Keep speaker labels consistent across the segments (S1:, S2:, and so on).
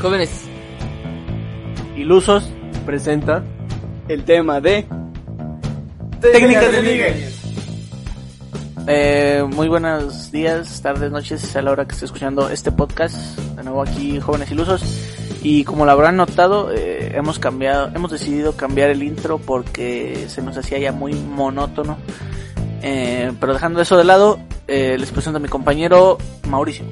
S1: Jóvenes,
S2: Ilusos presenta
S3: El tema de
S2: Técnicas de Miguel.
S1: eh, muy buenos días, tardes, noches, a la hora que esté escuchando este podcast. De nuevo aquí, Jóvenes Ilusos. Y como lo habrán notado, eh, hemos cambiado, hemos decidido cambiar el intro porque se nos hacía ya muy monótono. Eh, pero dejando eso de lado, eh, les presento a mi compañero Mauricio.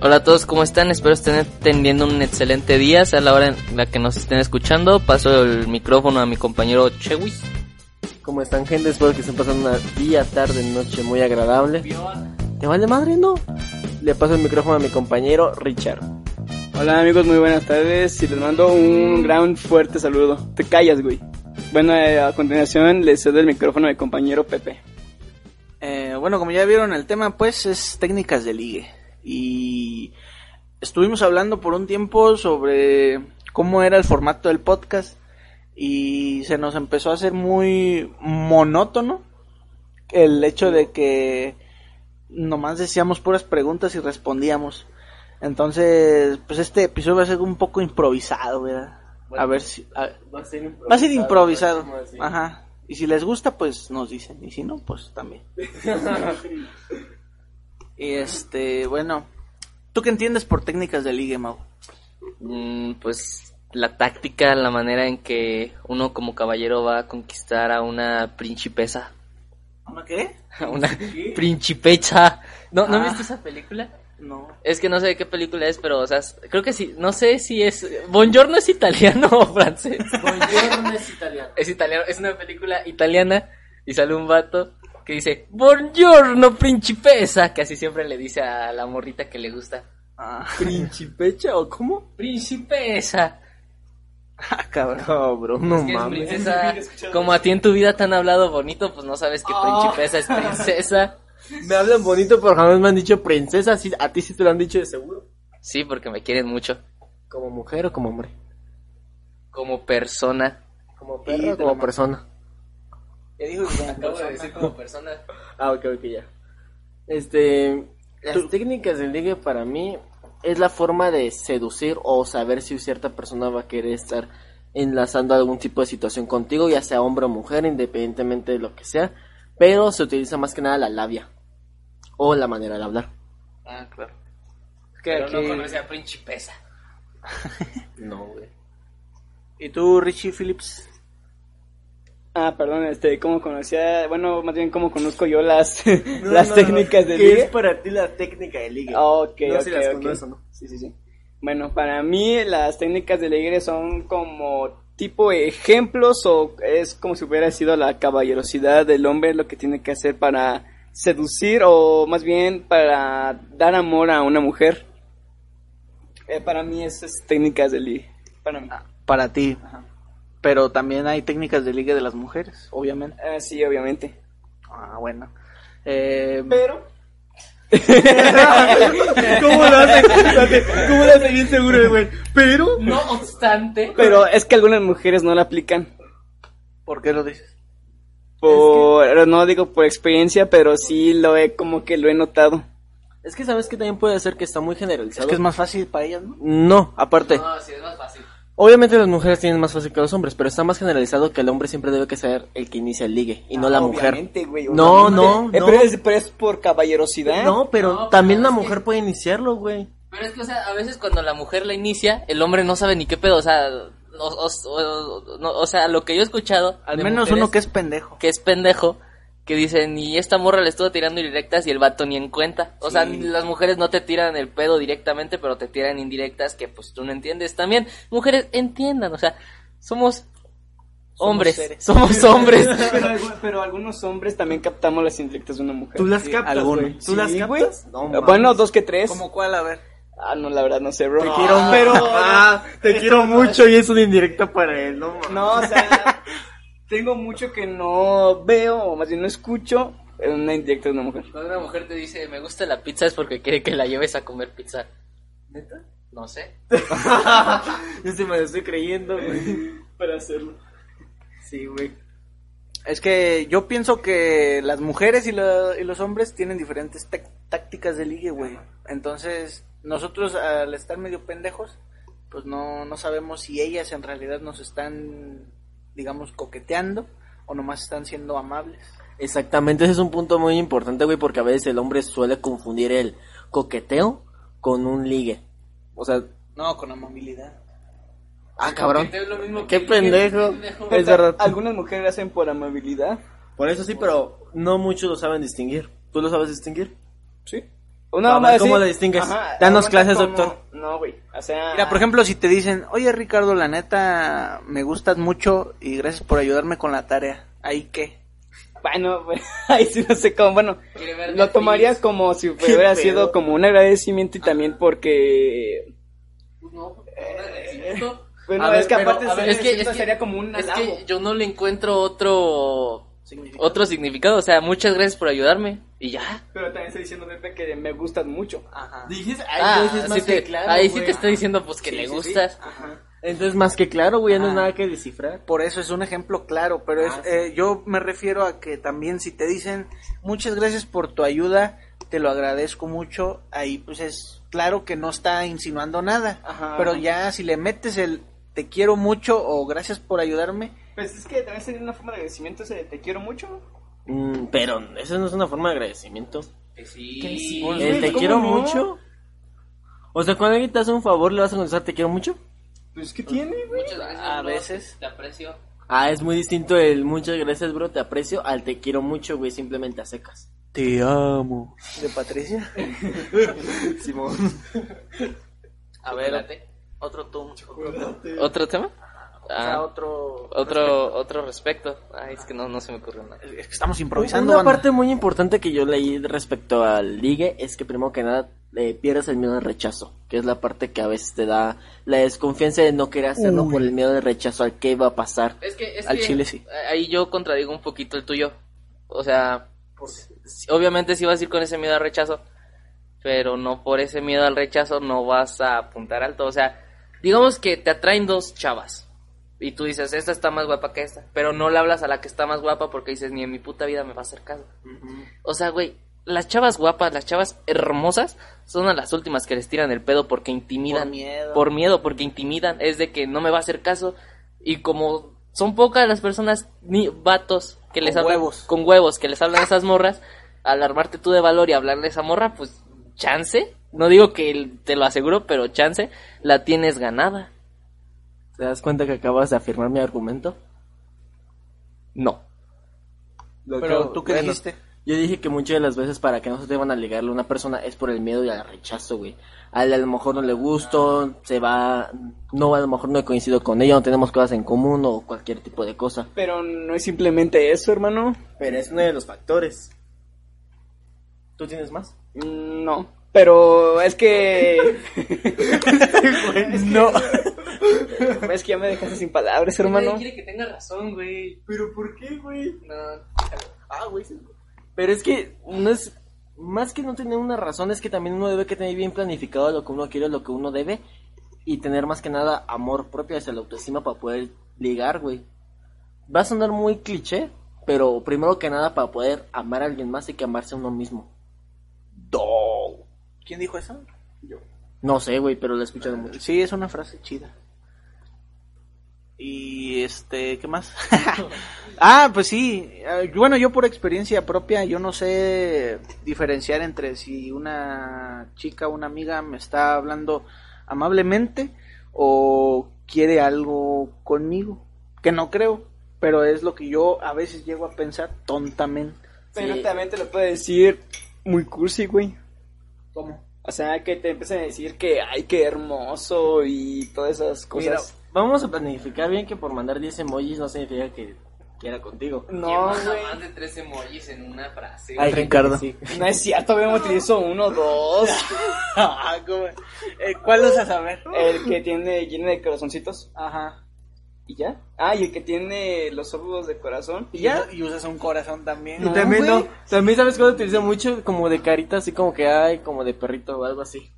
S4: Hola a todos, ¿cómo están? Espero estén teniendo un excelente día, sea la hora en la que nos estén escuchando. Paso el micrófono a mi compañero Chewis.
S2: ¿Cómo están, gente? Espero que estén pasando una día, tarde, noche muy agradable. ¿Te vale madre, no? Le paso el micrófono a mi compañero Richard.
S3: Hola amigos, muy buenas tardes y les mando un gran fuerte saludo. Te callas, güey. Bueno, eh, a continuación les cedo el micrófono a mi compañero Pepe.
S1: Eh, bueno, como ya vieron el tema, pues es técnicas de ligue. Y estuvimos hablando por un tiempo sobre cómo era el formato del podcast y se nos empezó a hacer muy monótono el hecho de que nomás decíamos puras preguntas y respondíamos. Entonces, pues este episodio va a ser un poco improvisado, ¿verdad? a ver si... a-
S2: Va a ser improvisado.
S1: Va a ser improvisado. Ajá. Y si les gusta, pues nos dicen. Y si no, pues también. y este, bueno. ¿Tú qué entiendes por técnicas de ligue, Mau?
S4: Mm, pues la táctica, la manera en que uno como caballero va a conquistar a una principesa.
S1: ¿Una qué?
S4: A una principecha. ¿No, ¿no
S1: Ah.
S4: viste esa película?
S1: No.
S4: Es que no sé de qué película es, pero, o sea, creo que sí. No sé si es. Buongiorno es italiano o francés.
S2: Buongiorno es italiano.
S4: es italiano, es una película italiana y sale un vato que dice Buongiorno principesa, que así siempre le dice a la morrita que le gusta.
S1: Ah,
S2: ¿Principecha o cómo?
S4: Principesa.
S1: cabrón.
S2: Cabrón, no
S4: que es
S2: mames.
S4: princesa. Como a ti en tu vida te han hablado bonito, pues no sabes
S2: Oh.
S4: que principesa es princesa.
S2: Me hablan bonito, pero jamás me han dicho princesa. Sí, a ti sí te lo han dicho de seguro.
S4: Sí, porque me quieren mucho.
S2: Como mujer o como hombre.
S4: Como persona.
S2: Como
S1: perro,
S2: perro o
S1: como
S2: como persona.
S1: Ya dijo que
S4: como persona.
S2: Ah, ok, ok, ya. Este, las
S1: Tú-
S2: técnicas del ligue para mí es la forma de seducir o saber si cierta persona va a querer estar enlazando algún tipo de situación contigo, ya sea hombre o mujer, independientemente de lo que sea, pero se utiliza más que nada la labia o la manera de hablar.
S4: Ah, claro.
S2: Que
S4: Pero no
S2: aquí-
S4: conoce a principesa.
S2: No, güey.
S1: ¿Y tú, Richie Phillips?
S3: Ah, perdón, este, cómo conocía, bueno, más bien cómo conozco yo las,
S2: No,
S3: las
S2: no,
S3: técnicas
S2: no.
S3: de
S2: ¿Qué
S3: ligue.
S2: es para ti la técnica de ligue?
S1: Oh,
S3: Ah, ok,
S2: No,
S3: ok,
S2: si las
S3: ok.
S2: conoces o no.
S3: Sí, sí, sí. Bueno, para mí las técnicas de ligue son como tipo ejemplos o es como si hubiera sido la caballerosidad del hombre lo que tiene que hacer para seducir o más bien para dar amor a una mujer. Eh, para mí esas técnicas de ligue. Para mí.
S1: Para ti. Pero también hay técnicas de ligue de las mujeres, obviamente.
S3: Ah, sí, obviamente.
S1: Ah, bueno. Eh,
S3: Pero. ¿Cómo lo hace? ¿Cómo lo hace bien seguro el güey? Pero.
S4: No obstante.
S3: Pero es que algunas mujeres no la aplican.
S1: ¿Por qué lo dices?
S3: Por, no digo por experiencia, pero sí lo he, como que lo he notado.
S2: Es que sabes que también puede ser que está muy
S1: Es
S2: generalizado.
S1: que es más fácil para ellas, ¿no?
S2: No, aparte.
S4: No, sí, es más fácil.
S2: Obviamente las mujeres tienen más fácil que los hombres, pero está más generalizado que el hombre siempre debe que ser el que inicia el ligue y no la mujer.
S3: Obviamente, güey,
S2: No,
S3: obviamente.
S2: no,
S3: Eh, Pero
S2: no.
S3: es, pero es por caballerosidad.
S2: No, pero
S4: No,
S2: también
S4: pero
S2: la
S4: es que-
S2: mujer puede iniciarlo, güey.
S4: Pero es que, o sea, a veces cuando la mujer la inicia, el hombre no sabe ni qué pedo, o sea, o, o- o- no, o sea, lo que yo he escuchado...
S1: Al
S4: de
S1: menos
S4: mujeres
S1: uno que es pendejo.
S4: Que es pendejo, que dicen, y esta morra le estuvo tirando indirectas y el vato ni en cuenta. O sea,
S1: Sí.
S4: las mujeres no te tiran el pedo directamente, pero te tiran indirectas que pues tú no entiendes. También, mujeres, entiendan, o sea, somos hombres,
S1: seres.
S4: somos hombres.
S3: Pero, algu- pero algunos hombres también captamos las indirectas de una mujer.
S5: Tú las
S3: Sí,
S5: captas,
S3: algo,
S5: güey. ¿Tú las
S3: Sí, güey.
S5: captas?
S2: No,
S3: Eh,
S2: mames.
S3: bueno, dos que tres.
S1: ¿Como cuál? A ver.
S3: Ah, no, la verdad no sé, bro. Ah,
S2: Ah,
S5: pero te quiero mucho y es una indirecta para él, no mames.
S3: No, o sea, tengo mucho que no veo, o más bien no escucho en una indirecta de una mujer.
S4: Cuando una mujer te dice, me gusta la pizza, es porque quiere que la lleves a comer pizza. ¿Neta? No sé.
S5: Yo sí me lo estoy creyendo, güey.
S3: Para hacerlo.
S5: Sí, güey.
S1: Es que yo pienso que las mujeres y, la- y los hombres tienen diferentes tec- tácticas de ligue, güey. Entonces, nosotros al estar medio pendejos, pues no, no sabemos si ellas en realidad nos están, digamos, coqueteando o nomás están siendo amables.
S2: Exactamente, ese es un punto muy importante, güey, porque a veces el hombre suele confundir el coqueteo con un ligue. O sea,
S1: No, con amabilidad.
S2: ah, cabrón.
S4: Coqueteo es lo mismo
S2: Qué
S4: que el ligue,
S2: pendejo.
S4: pendejo.
S2: Es verdad.
S3: Algunas mujeres lo hacen por amabilidad.
S2: Por eso sí, pero no muchos lo saben distinguir. ¿Tú lo sabes distinguir?
S3: Sí.
S2: A
S3: Una
S2: ver,
S3: mamá así-
S2: ¿cómo la distingues? Danos clases, doctor.
S3: No, güey. O sea,
S1: Mira, por ejemplo, si te dicen, oye Ricardo, la neta, me gustas mucho y gracias por ayudarme con la tarea. ¿Ahí qué?
S3: Bueno, pues, ahí sí no sé cómo. Bueno,
S4: Quiere ver
S3: lo
S4: Netflix.
S3: tomarías como si hubiera sido como un agradecimiento y también porque.
S4: No, agradecimiento.
S3: Bueno,
S4: A ver,
S3: es que
S4: pero,
S3: aparte
S4: a ver,
S3: sería-
S4: es que-
S3: esto
S4: es que-
S3: sería como un
S4: es que
S3: halago.
S4: yo no le encuentro otro
S1: Significado.
S4: otro significado, o sea, muchas gracias por ayudarme y ya.
S3: Pero también está diciendo Pepe que me gustas mucho.
S1: Ajá.
S5: Dijiste,
S4: Ah,
S5: ahí dices
S4: sí
S5: más
S4: te-
S5: que claro,
S4: ahí sí
S5: güey.
S4: te está diciendo pues que le gustas.
S2: Entonces, más que claro, güey, ya no
S1: Ah.
S2: es nada que descifrar.
S1: Por eso es un ejemplo claro, pero
S2: Ah,
S1: es, eh, yo me refiero a que también si te dicen muchas gracias por tu ayuda, te lo agradezco mucho, ahí pues es claro que no está insinuando nada,
S3: Ajá.
S1: pero ya si le metes el te quiero mucho o gracias por ayudarme,
S3: Pues es que también sería una forma de agradecimiento ese de te quiero mucho.
S2: Mm, pero eso no es una forma de agradecimiento.
S4: Que sí.
S3: Pues,
S2: El
S3: güey,
S2: Eh, te
S3: ¿cómo
S2: quiero
S3: no?
S2: mucho. O sea, cuando alguien te hace un favor, le vas a contestar te quiero mucho.
S3: Pues ¿qué tiene, güey?
S4: Muchas gracias,
S1: A
S4: bro,
S1: veces.
S4: Te aprecio.
S2: Ah, es muy distinto el muchas gracias, bro, te aprecio, al te quiero mucho, güey, simplemente a secas.
S1: te amo. De Patricia.
S4: A ver,
S1: Otro tú. chico.
S4: otro tema.
S1: O sea,
S4: Ah,
S1: otro
S4: otro otro respecto. Ay, es que no no se me ocurre nada.
S1: es que estamos improvisando.
S2: Una
S1: banda.
S2: parte muy importante que yo leí respecto al ligue es que primero que nada eh, pierdes el miedo al rechazo, que es la parte que a veces te da la desconfianza de no querer hacerlo por el miedo del rechazo al qué va a pasar.
S4: Es que, es
S2: Al
S4: que
S2: chile sí.
S4: Ahí yo contradigo un poquito el tuyo. O sea, si- obviamente si vas a ir con ese miedo al rechazo, pero no por ese miedo al rechazo no vas a apuntar alto. O sea, digamos que te atraen dos chavas y tú dices, esta está más guapa que esta, pero no le hablas a la que está más guapa porque dices, ni en mi puta vida me va a hacer caso. O sea, güey, las chavas guapas, las chavas hermosas son a las últimas que les tiran el pedo porque intimidan.
S1: Por miedo.
S4: Por miedo, porque intimidan. Es de que no me va a hacer caso. Y como son pocas las personas, ni vatos, que les
S1: Con
S4: hablan.
S1: huevos.
S4: Con huevos, que les hablan a esas morras. Al armarte tú de valor y hablarle a esa morra, pues chance. No digo que el- te lo aseguro, pero chance. La tienes ganada.
S2: ¿Te das cuenta que acabas de afirmar mi argumento?
S4: No.
S1: Pero tú qué
S2: Bueno,
S1: dijiste?
S2: Yo dije que muchas de las veces para que no se te van a ligarle a una persona es por el miedo y al rechazo, güey. A él a lo mejor no le gusto, se va, no, a lo mejor no coincido con ella, no tenemos cosas en común o cualquier tipo de cosa.
S3: Pero no es simplemente eso, hermano.
S2: Pero es uno de los factores. ¿Tú tienes más?
S3: Mm, No. Pero es que. no. es que ya me dejaste sin palabras, hermano.
S4: que tenga razón, güey.
S5: Pero ¿por qué, güey?
S4: No.
S2: Pero es que no es más que no tener una razón es que también uno debe que tener bien planificado lo que uno quiere, lo que uno debe y tener más que nada amor propio hacia la autoestima para poder ligar, güey. Va a sonar muy cliché, pero primero que nada para poder amar a alguien más hay que amarse a uno mismo.
S1: ¿Quién dijo eso?
S2: No sé, güey, pero lo he escuchado mucho.
S1: Sí, es una frase chida. Y este, ¿qué más? ah, pues sí. eh, Bueno, yo por experiencia propia, yo no sé diferenciar entre si una chica, una amiga me está hablando amablemente o quiere algo conmigo, que no creo, pero es lo que yo a veces llego a pensar tontamente.
S3: Pero
S2: Sí.
S3: también te lo puede decir muy cursi, güey. ¿Cómo? O sea, que te empiecen a decir que, ay, qué hermoso y todas esas cosas.
S2: Vamos a planificar bien que por mandar 10 emojis no significa que quiera contigo.
S3: No,
S4: Lleva más
S3: güey.
S4: de tres emojis en una frase.
S2: Hay
S4: güey.
S2: gente
S1: Ricardo.
S2: que sí.
S3: No es cierto, güey, me utilizo uno, dos.
S1: Ah, ¿cómo? Eh, ¿Cuál vas a saber?
S3: El que tiene lleno de corazoncitos.
S1: Ajá.
S3: ¿Y ya? Ah, y el que tiene los óvulos de corazón.
S1: ¿Y, ya? Ah, y usas un corazón también.
S2: Y también,
S3: güey.
S2: no, también sabes cuál utilizo mucho, como de carita, así como que hay, como de perrito o algo así.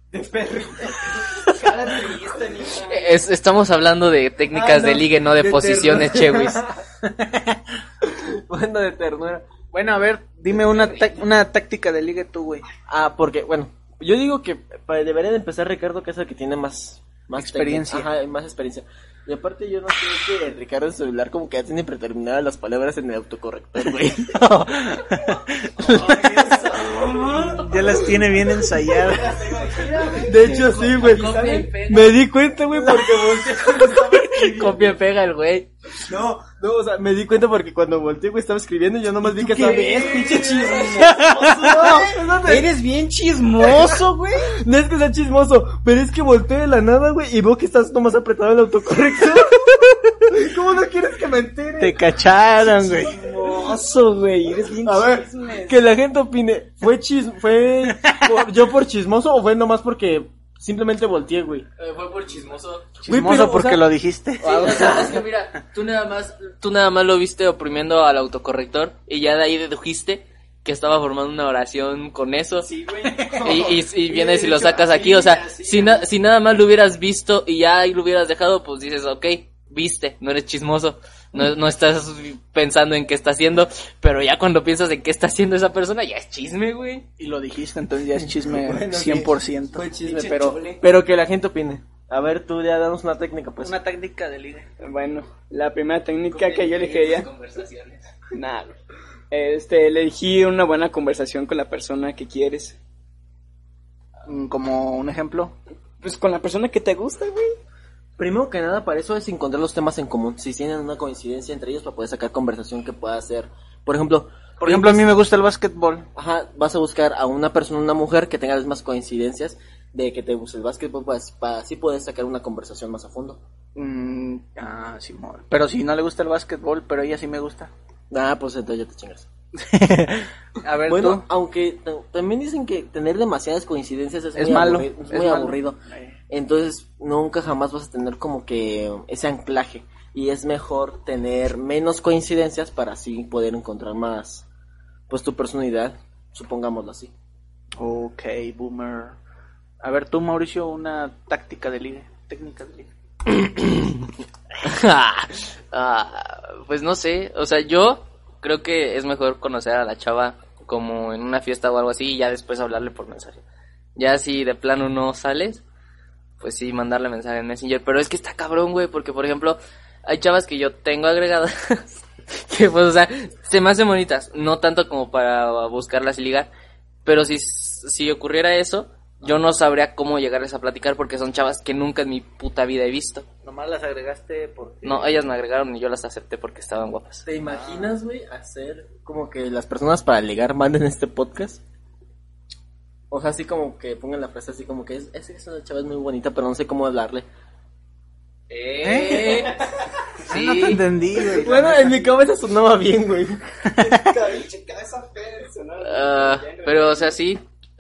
S3: Cara triste, niña.
S4: Es- estamos hablando de técnicas
S3: Ah, no,
S4: de ligue, no de,
S3: de
S4: posiciones, Chewis.
S2: Bueno, de ternura.
S1: Bueno, a ver, dime una, tac- una táctica de liga tú, güey.
S2: Ah, porque, bueno, yo digo que pa- debería de empezar Ricardo, que es el que tiene más, más
S1: Experiencia.
S2: técnica. Ajá, más experiencia. Y aparte yo no sé que el Ricardo en su celular como que ya tiene preterminadas las palabras en el autocorrector, güey.
S1: Ya las tiene bien ensayadas.
S2: De hecho, sí, güey.
S4: Copia y pega.
S2: Me di cuenta, güey, porque volteé. Copia y pega el güey. No, no, o sea, me di cuenta porque cuando volteé, güey, estaba escribiendo y yo nomás vi que estaba.
S3: pinche chismoso? Eres bien chismoso, güey.
S2: No es que sea chismoso, pero es que volteé de la nada, güey, y veo que estás nomás apretado el autocorrector. ¿Cómo no quieres que me entere?
S1: Te cacharon, güey.
S3: Chismoso, güey. Eres bien
S2: A ver,
S3: chismes.
S2: que la gente opine, ¿fue chis fue por- yo por chismoso o fue nomás porque simplemente volteé, güey?
S4: Fue por chismoso.
S2: Güey,
S1: Chismoso
S2: pero, o
S1: porque
S2: sea-
S1: lo dijiste.
S4: es que mira, tú nada más, tú nada más lo viste oprimiendo al autocorrector y ya de ahí dedujiste que estaba formando una oración con eso.
S3: Sí, güey.
S4: Y, y- y vienes y lo
S3: dicho,
S4: sacas aquí,
S3: así,
S4: o sea,
S3: así,
S4: si, na- si nada más lo hubieras visto y ya ahí lo hubieras dejado, pues dices, ok, viste, no eres chismoso, no, no estás pensando en qué está haciendo, pero ya cuando piensas en qué está haciendo esa persona, ya es chisme, güey.
S1: Y lo dijiste, entonces ya es chisme
S2: Bueno, sí.
S1: 100%.
S2: Fue chisme,
S3: Pinche
S2: pero,
S3: chole.
S2: pero que la gente opine. A ver, tú ya danos una técnica, pues.
S1: Una táctica de liga.
S3: Bueno, la primera técnica que yo elegiría. Nada, güey. Este, elegí una buena conversación con la persona que quieres.
S1: Mm, Como un ejemplo.
S3: Pues con la persona que te gusta, güey.
S2: Primero que nada, para eso es encontrar los temas en común. Si tienen una coincidencia entre ellos, para poder sacar conversación que pueda ser. Por ejemplo,
S1: Por ejemplo, a mí me gusta el básquetbol.
S2: ajá, vas a buscar a una persona, una mujer que tenga las mismas coincidencias de que te guste el básquetbol, pues, para así poder sacar una conversación más a fondo.
S1: Mm, ah, Simón. Pero si no le gusta el básquetbol, pero ella sí me gusta.
S2: Ah, pues entonces ya te chingas.
S1: A ver,
S2: Bueno,
S1: tú.
S2: aunque ta- también dicen que tener demasiadas coincidencias es,
S1: Es
S2: muy
S1: malo,
S2: aburri- es
S1: es
S2: muy
S1: malo.
S2: aburrido.
S1: Eh.
S2: Entonces, nunca jamás vas a tener como que ese anclaje. Y es mejor tener menos coincidencias para así poder encontrar más, pues tu personalidad, supongámoslo así.
S1: Ok, boomer. A ver, tú, Mauricio, una táctica de liga. Técnica de liga.
S4: Ah, pues no sé, o sea, yo creo que es mejor conocer a la chava como en una fiesta o algo así y ya después hablarle por mensaje. Ya si de plano no sales, pues sí, mandarle mensaje en Messenger. Pero es que está cabrón, güey, porque por ejemplo, hay chavas que yo tengo agregadas que pues, o sea, se me hacen bonitas, no tanto como para buscarlas y ligar, pero si, si ocurriera eso, yo no sabría cómo llegarles a platicar porque son chavas que nunca en mi puta vida he visto.
S1: Nomás las agregaste por...
S4: No, ellas me agregaron y yo las acepté porque estaban guapas.
S2: ¿Te imaginas, güey, hacer como que las personas para ligar manden este podcast? O sea, así como que pongan la frase así como que es, es, es una chava es muy bonita, pero no sé cómo hablarle.
S4: ¿Eh? Sí.
S1: No te entendí, güey.
S2: Bueno, en mi cabeza sonaba bien, güey.
S4: Ah, pero, o sea, sí.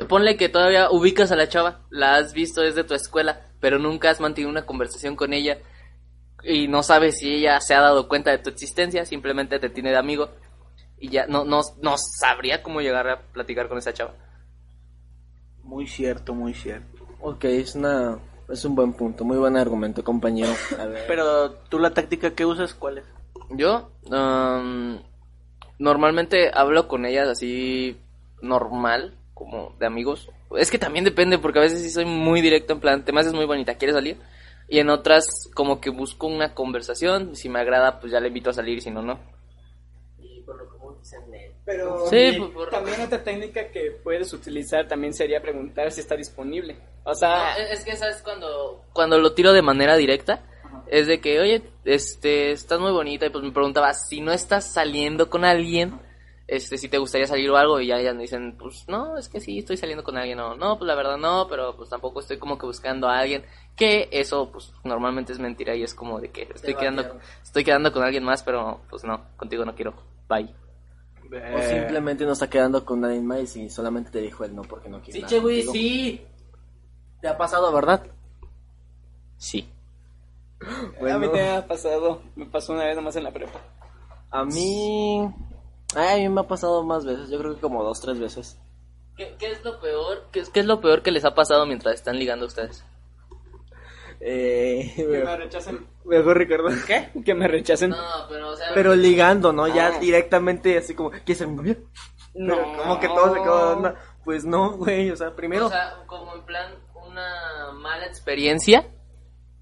S4: Ponle que todavía ubicas a la chava, la has visto desde tu escuela, pero nunca has mantenido una conversación con ella y no sabes si ella se ha dado cuenta de tu existencia, simplemente te tiene de amigo y ya no, no, no sabría cómo llegar a platicar con esa chava.
S1: Muy cierto, muy cierto.
S2: Ok, es una es un buen punto, muy buen argumento, compañero. A ver.
S1: Pero tú la táctica que usas, ¿cuál es?
S4: Yo am, normalmente hablo con ellas así normal, como de amigos. Es que también depende, porque a veces sí soy muy directo en plan, te me haces muy bonita, ¿quieres salir? Y en otras como que busco una conversación, si me agrada pues ya le invito a salir, y si no, no.
S3: Pero
S4: Sí,
S3: eh,
S4: pues, por-
S3: también otra técnica que puedes utilizar también sería preguntar si está disponible. O sea,
S4: Ah, Es que sabes cuando... Cuando lo tiro de manera directa, es de que, oye, este, estás muy bonita y pues me preguntaba, si no estás saliendo con alguien, este, si te gustaría salir o algo, y ya ellas me dicen, pues no, es que sí, estoy saliendo con alguien, o no, pues la verdad no, pero pues tampoco estoy como que buscando a alguien, que eso pues normalmente es mentira y es como de que estoy quedando,
S2: batearon.
S4: estoy quedando con alguien más, pero pues no, contigo no quiero, bye.
S2: O simplemente no está quedando con nadie más y solamente te dijo el no porque no quiere.
S4: Sí,
S2: nada
S4: che, güey,
S2: contigo.
S4: sí.
S2: Te ha pasado, ¿verdad?
S4: Sí.
S3: A mí
S2: Bueno.
S3: te ha pasado, me pasó una vez nomás en la prepa.
S2: A mí. Ay, a mí me ha pasado más veces. Yo creo que como dos, tres veces.
S4: ¿Qué, qué es lo peor? ¿Qué, es- qué es lo peor que les ha pasado mientras están ligando a ustedes?
S2: Eh,
S3: Que me
S2: me-
S3: rechacen.
S5: Me hago recordar.
S3: ¿Qué? Que me rechacen.
S4: No, pero o sea,
S5: Pero ligando, ¿no? Ya
S3: Ah.
S5: directamente así como, ¿quieres ser mi novia? Pero como que todo se quedó onda. Pues no, güey, o sea, primero.
S4: o sea, como en plan una mala experiencia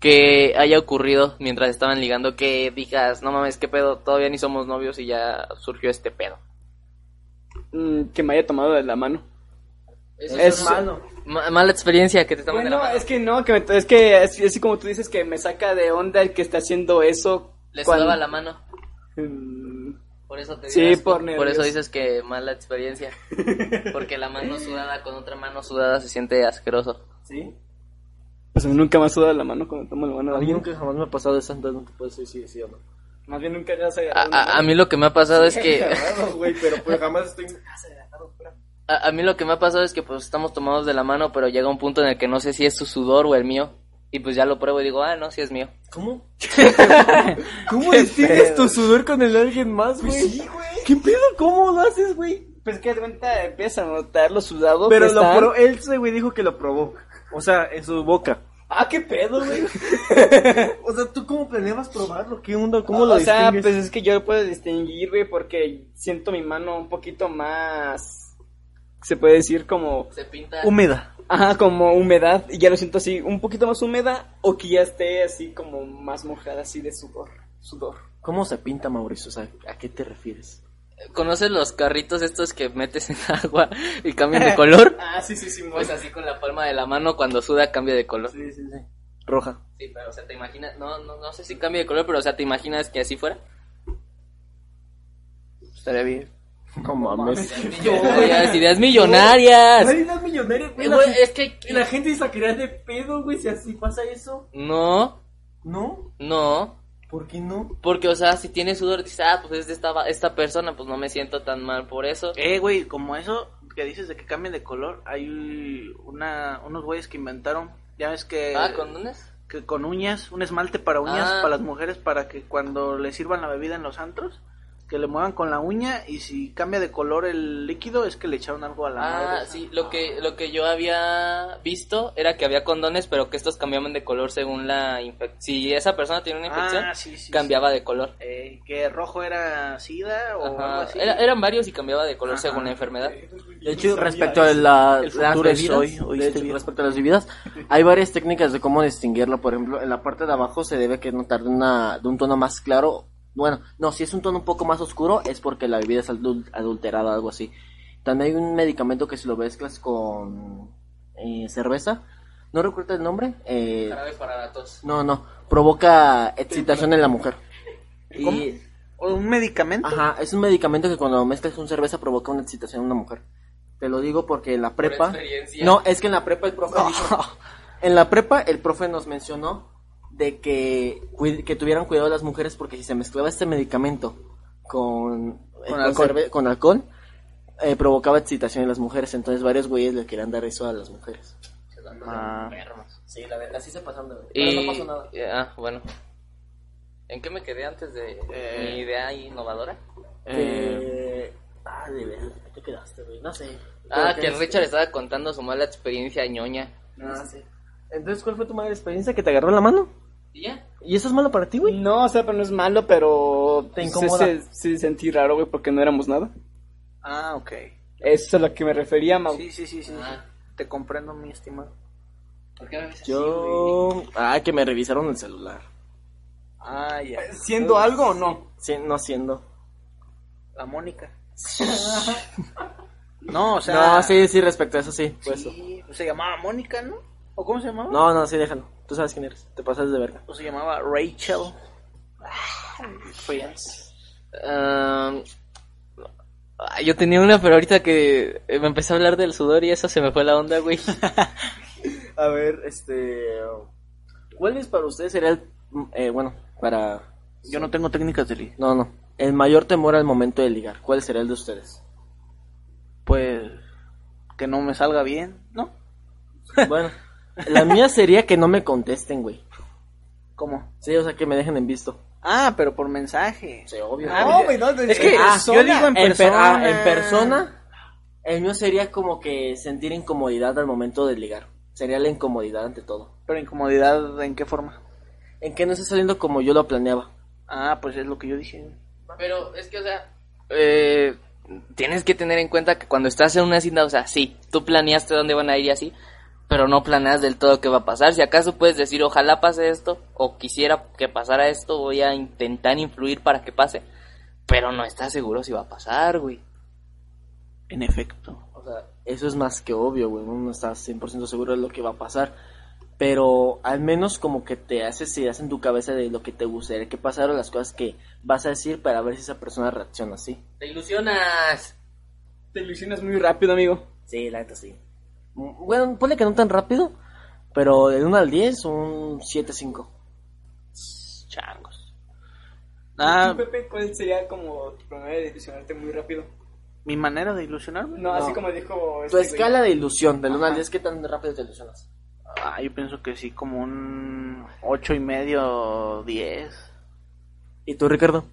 S4: que haya ocurrido mientras estaban ligando que digas, no mames, qué pedo, todavía ni somos novios y ya surgió este pedo.
S3: Mm, que me haya tomado de la mano.
S4: Eso
S3: Es-
S4: es una ma- mala experiencia que te toman de la
S3: Bueno,
S4: mano.
S3: es que no, que me- es que así, así como tú dices que me saca de onda el que está haciendo eso.
S4: Les
S3: cuando-
S4: sudaba la mano.
S3: Mm,
S4: Por eso te
S3: Sí,
S4: dirás,
S3: por
S4: por
S3: nervios.
S4: eso dices que mala experiencia. Porque la mano sudada con otra mano sudada se siente asqueroso.
S5: Sí.
S3: Pues a mí nunca me ha sudado la mano cuando tomo la mano de
S2: a mí
S3: alguien.
S2: nunca jamás me ha pasado eso, entonces no te puedo decir si sí o no.
S3: Más bien nunca ya se
S4: A, a- a mí lo que me ha pasado es que...
S5: Claro, güey, pero pues jamás estoy.
S4: A, a mí lo que me ha pasado es que pues estamos tomados de la mano, pero llega un punto en el que no sé si es su sudor o el mío. Y pues ya lo pruebo y digo, ah, no, sí es mío.
S2: ¿Cómo?
S5: ¿Cómo distingues tu sudor con el
S2: ¿Alguien más, güey?
S5: ¿Qué pedo? ¿Cómo lo haces, güey?
S3: Pues que de cuenta empieza a notar los sudados.
S5: Pero
S3: que
S5: lo
S3: están.
S5: pro- él, ese güey, dijo que lo probó. O sea, en su boca.
S3: Ah, qué pedo, güey.
S5: O sea, ¿tú cómo planeabas probarlo? ¿Qué onda? ¿Cómo
S3: ¿Cómo
S5: lo
S3: o sea,
S5: distingues?
S3: pues es que yo lo puedo distinguir, güey, porque siento mi mano un poquito más. Se puede decir como.
S4: Se pinta.
S5: pues, Húmeda.
S3: Ajá, como humedad. Y ya lo siento así, un poquito más húmeda. O que ya esté así como más mojada, así de sudor. Sudor.
S2: ¿Cómo se pinta, Mauricio? O sea, ¿a qué te refieres?
S4: ¿Conoces los carritos estos que metes en agua y cambian de color?
S3: Ah, sí, sí, sí,
S4: Pues así con la palma de la mano cuando suda cambia de color. Sí,
S2: Roja.
S4: pero o sea, te imaginas, no, no, no sé si cambia de color, pero o sea, te imaginas que así fuera.
S2: Estaría bien. No mames.
S4: Ideas, ideas millonarias.
S5: Nadie es millonario, güey.
S4: Eh,
S5: La,
S4: güey, es que...
S5: la gente se sacaría de pedo, güey, si así pasa eso.
S4: No,
S5: ¿No?
S4: no.
S5: ¿Por qué no?
S4: Porque, o sea, si tienes sudor, dices, ah, pues es de esta, esta persona, pues no me siento tan mal por eso.
S1: Eh, güey, como eso que dices de que cambien de color, hay una, unos güeyes que inventaron, ya ves que,
S4: Ah, ¿condones?
S1: que con uñas, un esmalte para uñas
S4: Ah.
S1: para las mujeres para que cuando le sirvan la bebida en los antros, que le muevan con la uña y si cambia de color el líquido es que le echaron algo a la
S4: Ah,
S1: madre.
S4: sí, lo que, lo que yo había visto era que había condones, pero que estos cambiaban de color según la infección. Si esa persona tiene una infección,
S1: Ah, sí, sí, sí.
S4: cambiaba de color.
S1: Eh, que rojo era sida o algo
S4: Ajá,
S1: así.
S4: era- eran varios y cambiaba de color
S1: Ajá.
S4: según la enfermedad.
S2: De hecho, respecto a la,
S1: El
S2: las
S1: futuro es
S2: bebidas,
S1: hoy, ¿oíste
S2: de hecho,
S1: bien?
S2: respecto a las bebidas, hay varias técnicas de cómo distinguirlo. Por ejemplo, en la parte de abajo se debe que notar de, una, de un tono más claro. Bueno, no, si es un tono un poco más oscuro es porque la bebida es adul- adulterada o algo así. También hay un medicamento que si lo mezclas con eh, cerveza, no recuerdo el nombre, eh,
S4: Jarabe para datos.
S2: no, no, provoca excitación en la mujer. Y,
S1: ¿O un
S4: Ah.
S1: medicamento.
S2: ajá, es un medicamento que cuando mezclas con cerveza provoca una excitación en una mujer. Te lo digo porque en la prepa...
S4: experiencia.
S2: No, es que en la prepa el profe dijo- En la prepa el profe nos mencionó de que, cuid- que tuvieran cuidado las mujeres porque si se mezclaba este medicamento con, eh, con
S3: alcohol.
S2: cerve- con alcohol, eh, provocaba excitación en las mujeres. Entonces varios güeyes le querían dar eso a las mujeres.
S1: Ah.
S2: Sí, la verdad, así se pasan de...
S4: Y... Ah, bueno. ¿En qué me quedé antes de mi idea innovadora?
S2: Eh, Ah, de verdad, ¿qué te quedaste, güey? No sé.
S4: Ah,
S2: Pero
S4: que Richard estaba contando su mala experiencia ñoña.
S2: Ah, sí. Entonces, ¿cuál fue tu mala experiencia que te agarró la mano?
S4: ¿Y ya?
S2: ¿Y eso es malo para ti, güey?
S3: No, o sea, pero no es malo, pero.
S2: Te
S3: sí
S2: incomoda.
S3: se- Sí, sentí raro, güey, porque no éramos nada.
S1: Ah, ok.
S3: Eso es a lo que me refería, Mau.
S1: Sí, sí, sí, sí.
S4: Ah.
S1: Te comprendo, mi estimado.
S4: ¿Por qué me ves así, güey?
S2: Yo... Ah, que me revisaron el celular.
S1: Ah, ya.
S3: ¿Siendo algo o no?
S2: Sí, no siendo.
S1: La Mónica. no, o sea.
S2: no, sí, sí, respecto a eso, sí. fue eso.
S1: sí, pues se llamaba Mónica, ¿no? ¿O cómo se llamaba?
S2: No, no, sí, déjalo. Tú sabes quién eres. Te pasas de verga.
S1: O se llamaba Rachel. Friends.
S4: Um, Ah, Yo tenía una, pero ahorita que eh, me empecé a hablar del sudor y eso se me fue la onda, güey.
S5: A ver, este.
S2: ¿Cuál es para ustedes sería el, eh, bueno, para,
S1: Yo no tengo técnicas de ligue.
S2: no, no, el mayor temor al momento de ligar? ¿Cuál será el de ustedes?
S1: Pues que no me salga bien, ¿no?
S2: Bueno, la mía sería que no me contesten, güey.
S1: ¿Cómo?
S2: Sí, o sea, que me dejen en visto.
S1: Ah, güey, no, pero por mensaje.
S2: Sí, obvio.
S3: No, güey, no,
S1: Es que
S3: ah,
S1: yo digo en
S2: En, per-
S1: persona.
S2: ah, en persona, el mío sería como que sentir incomodidad al momento de ligar. Sería la incomodidad ante todo.
S1: Pero incomodidad, ¿en qué forma?
S2: En que no esté saliendo como yo lo planeaba.
S1: Ah, pues es lo que yo dije.
S4: Pero es que, o sea, eh, tienes que tener en cuenta que cuando estás en una cinta, o sea, sí, tú planeaste dónde van a ir y así, pero no planeas del todo qué va a pasar. Si acaso puedes decir, ojalá pase esto, o quisiera que pasara esto, voy a intentar influir para que pase, pero no estás seguro si va a pasar, güey.
S1: En efecto.
S2: O sea, eso es más que obvio, güey. Uno no está 100% seguro de lo que va a pasar. Pero al menos como que te haces ideas en tu cabeza de lo que te gustaría que pasara o las cosas que vas a decir para ver si esa persona reacciona así.
S4: Te ilusionas.
S3: Te ilusionas muy rápido, amigo.
S2: Sí, la neta sí. Mm, Bueno, ponle que no tan rápido, pero del 1 al 10, un 7-5.
S1: Changos. Ah,
S3: ¿Tú, Pepe, cuál sería como tu problema de ilusionarte muy rápido?
S1: mi manera de ilusionarme.
S3: No, así como dijo...
S2: Tu
S3: este
S2: escala de ilusión, del 1 al
S3: Ajá.
S2: 10, ¿qué tan rápido te ilusionas?
S1: Ah, yo pienso que sí, como un ocho y medio, 10.
S2: ¿Y tú, Ricardo?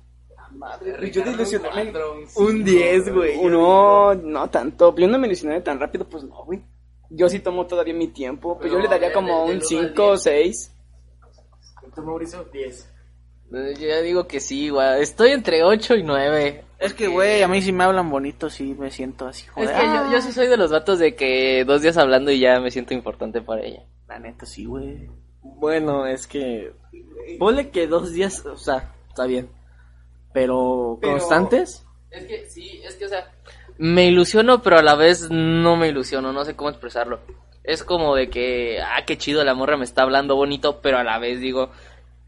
S3: güey. Yo de ilusionarme...
S5: Un 10, güey.
S3: Uno, no tanto. Yo no me ilusioné tan rápido, pues no, güey. Yo sí tomo todavía mi tiempo. Pues yo le daría como un 5 o 6.
S5: ¿Tú, Mauricio? 10.
S4: Eh, Yo ya digo que sí, güey. Estoy entre 8 y 9.
S1: Es que, güey, a mí si me hablan bonito, sí me siento así,
S4: Es
S1: joder.
S4: que
S1: Ah,
S4: yo, yo sí soy de los vatos de que dos días hablando y ya me siento importante para ella.
S1: La neta, sí, güey.
S2: Bueno, es que. Ponle que dos días, o sea, está bien. Pero,
S3: Pero-
S2: constantes.
S4: Es que sí, es que, o sea, me ilusiono, pero a la vez no me ilusiono, no sé cómo expresarlo. Es como de que, ah, qué chido, la morra me está hablando bonito, pero a la vez digo,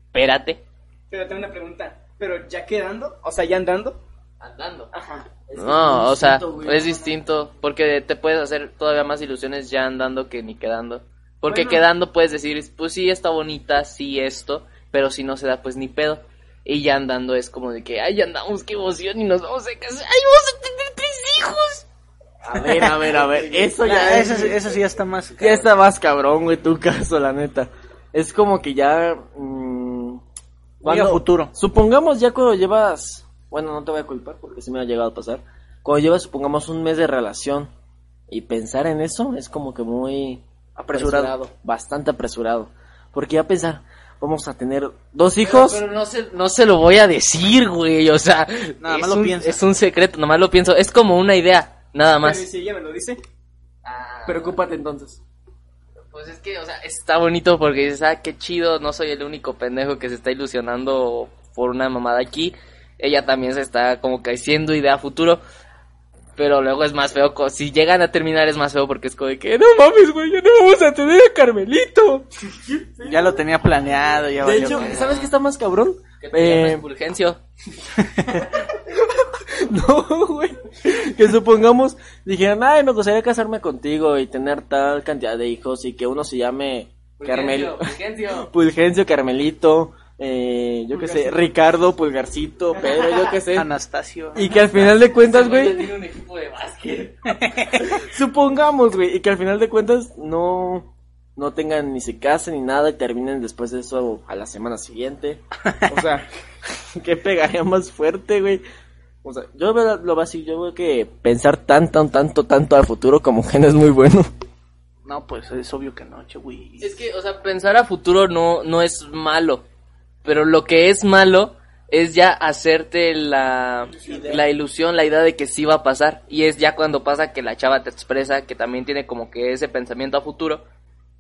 S4: espérate.
S3: Pero tengo una pregunta. Pero ya quedando, o sea, ya andando.
S4: Andando.
S3: Ajá.
S4: No, o
S2: Es
S4: sea,
S2: distinto, güey.
S4: es distinto, porque te puedes hacer todavía más ilusiones ya andando que ni quedando. Porque quedando puedes decir, pues sí, está bonita, sí, esto, pero si no se da, pues ni pedo. Y ya andando es como de que, ay, ya andamos, qué emoción, y nos vamos a casar, ay, vamos a tener tres hijos.
S2: A ver, a ver, a ver. Eso
S1: Nah,
S2: ya es.
S1: Ah, eso, sí- eso sí ya está más.
S2: Ya
S1: cabrón.
S2: está más cabrón, güey, tu caso, la neta. Es como que ya. mm,
S1: Muy a futuro.
S2: Supongamos ya cuando llevas. Bueno, no te voy a culpar porque sí me ha llegado a pasar. Cuando llevas, supongamos, un mes de relación. Y pensar en eso es como que muy.
S1: Apresurado.
S2: Bastante apresurado. Porque ya pensar, vamos a tener dos hijos.
S4: Pero no se, no se lo voy a decir, güey, o sea,
S1: Nada
S4: es,
S1: más lo
S4: un,
S1: piensa.
S4: es un secreto, nada más lo pienso, es como una idea, nada
S3: Pero ¿y
S4: más.
S3: si ella me lo dice. ah.
S2: Preocúpate entonces.
S4: Pues es que, o sea, está bonito porque dices, ah, qué chido, no soy el único pendejo que se está ilusionando por una mamada aquí. Ella también se está como que haciendo idea a futuro. Pero luego es más feo, co- si llegan a terminar es más feo porque es como de que, no
S1: Eh,
S4: mames, güey, ya no vamos a tener a Carmelito.
S1: Ya lo tenía planeado, ya
S2: De
S1: valió
S2: hecho,
S1: verga.
S2: ¿sabes qué está más cabrón?
S4: Que te llames
S2: Eh,
S4: Fulgencio.
S2: No, güey. Que supongamos, dijeran, ay, me gustaría casarme contigo y tener tal cantidad de hijos y que uno se llame Carmel...
S4: Fulgencio.
S2: Pulgencio, Carmelito, eh, yo qué sé, Ricardo, Pulgarcito, Pedro, yo qué sé.
S1: Anastasio.
S2: Y que al final de
S4: Pues,
S2: cuentas, güey,
S4: Tiene un equipo de básquet.
S2: supongamos, güey, y que al final de cuentas no, no tengan ni se casen ni nada y terminen después de eso a la semana siguiente. O sea, ¿qué pegaría más fuerte, güey? O sea, yo veo lo así, yo veo que pensar tan, tan, tanto, tanto al futuro como que no es muy bueno.
S1: No, pues es obvio que no, che, güey.
S4: Es que, o sea, pensar a futuro no, no es malo. Pero lo que es malo es ya hacerte la, la ilusión, la idea de que sí va a pasar. Y es ya cuando pasa que la chava te expresa que también tiene como que ese pensamiento a futuro.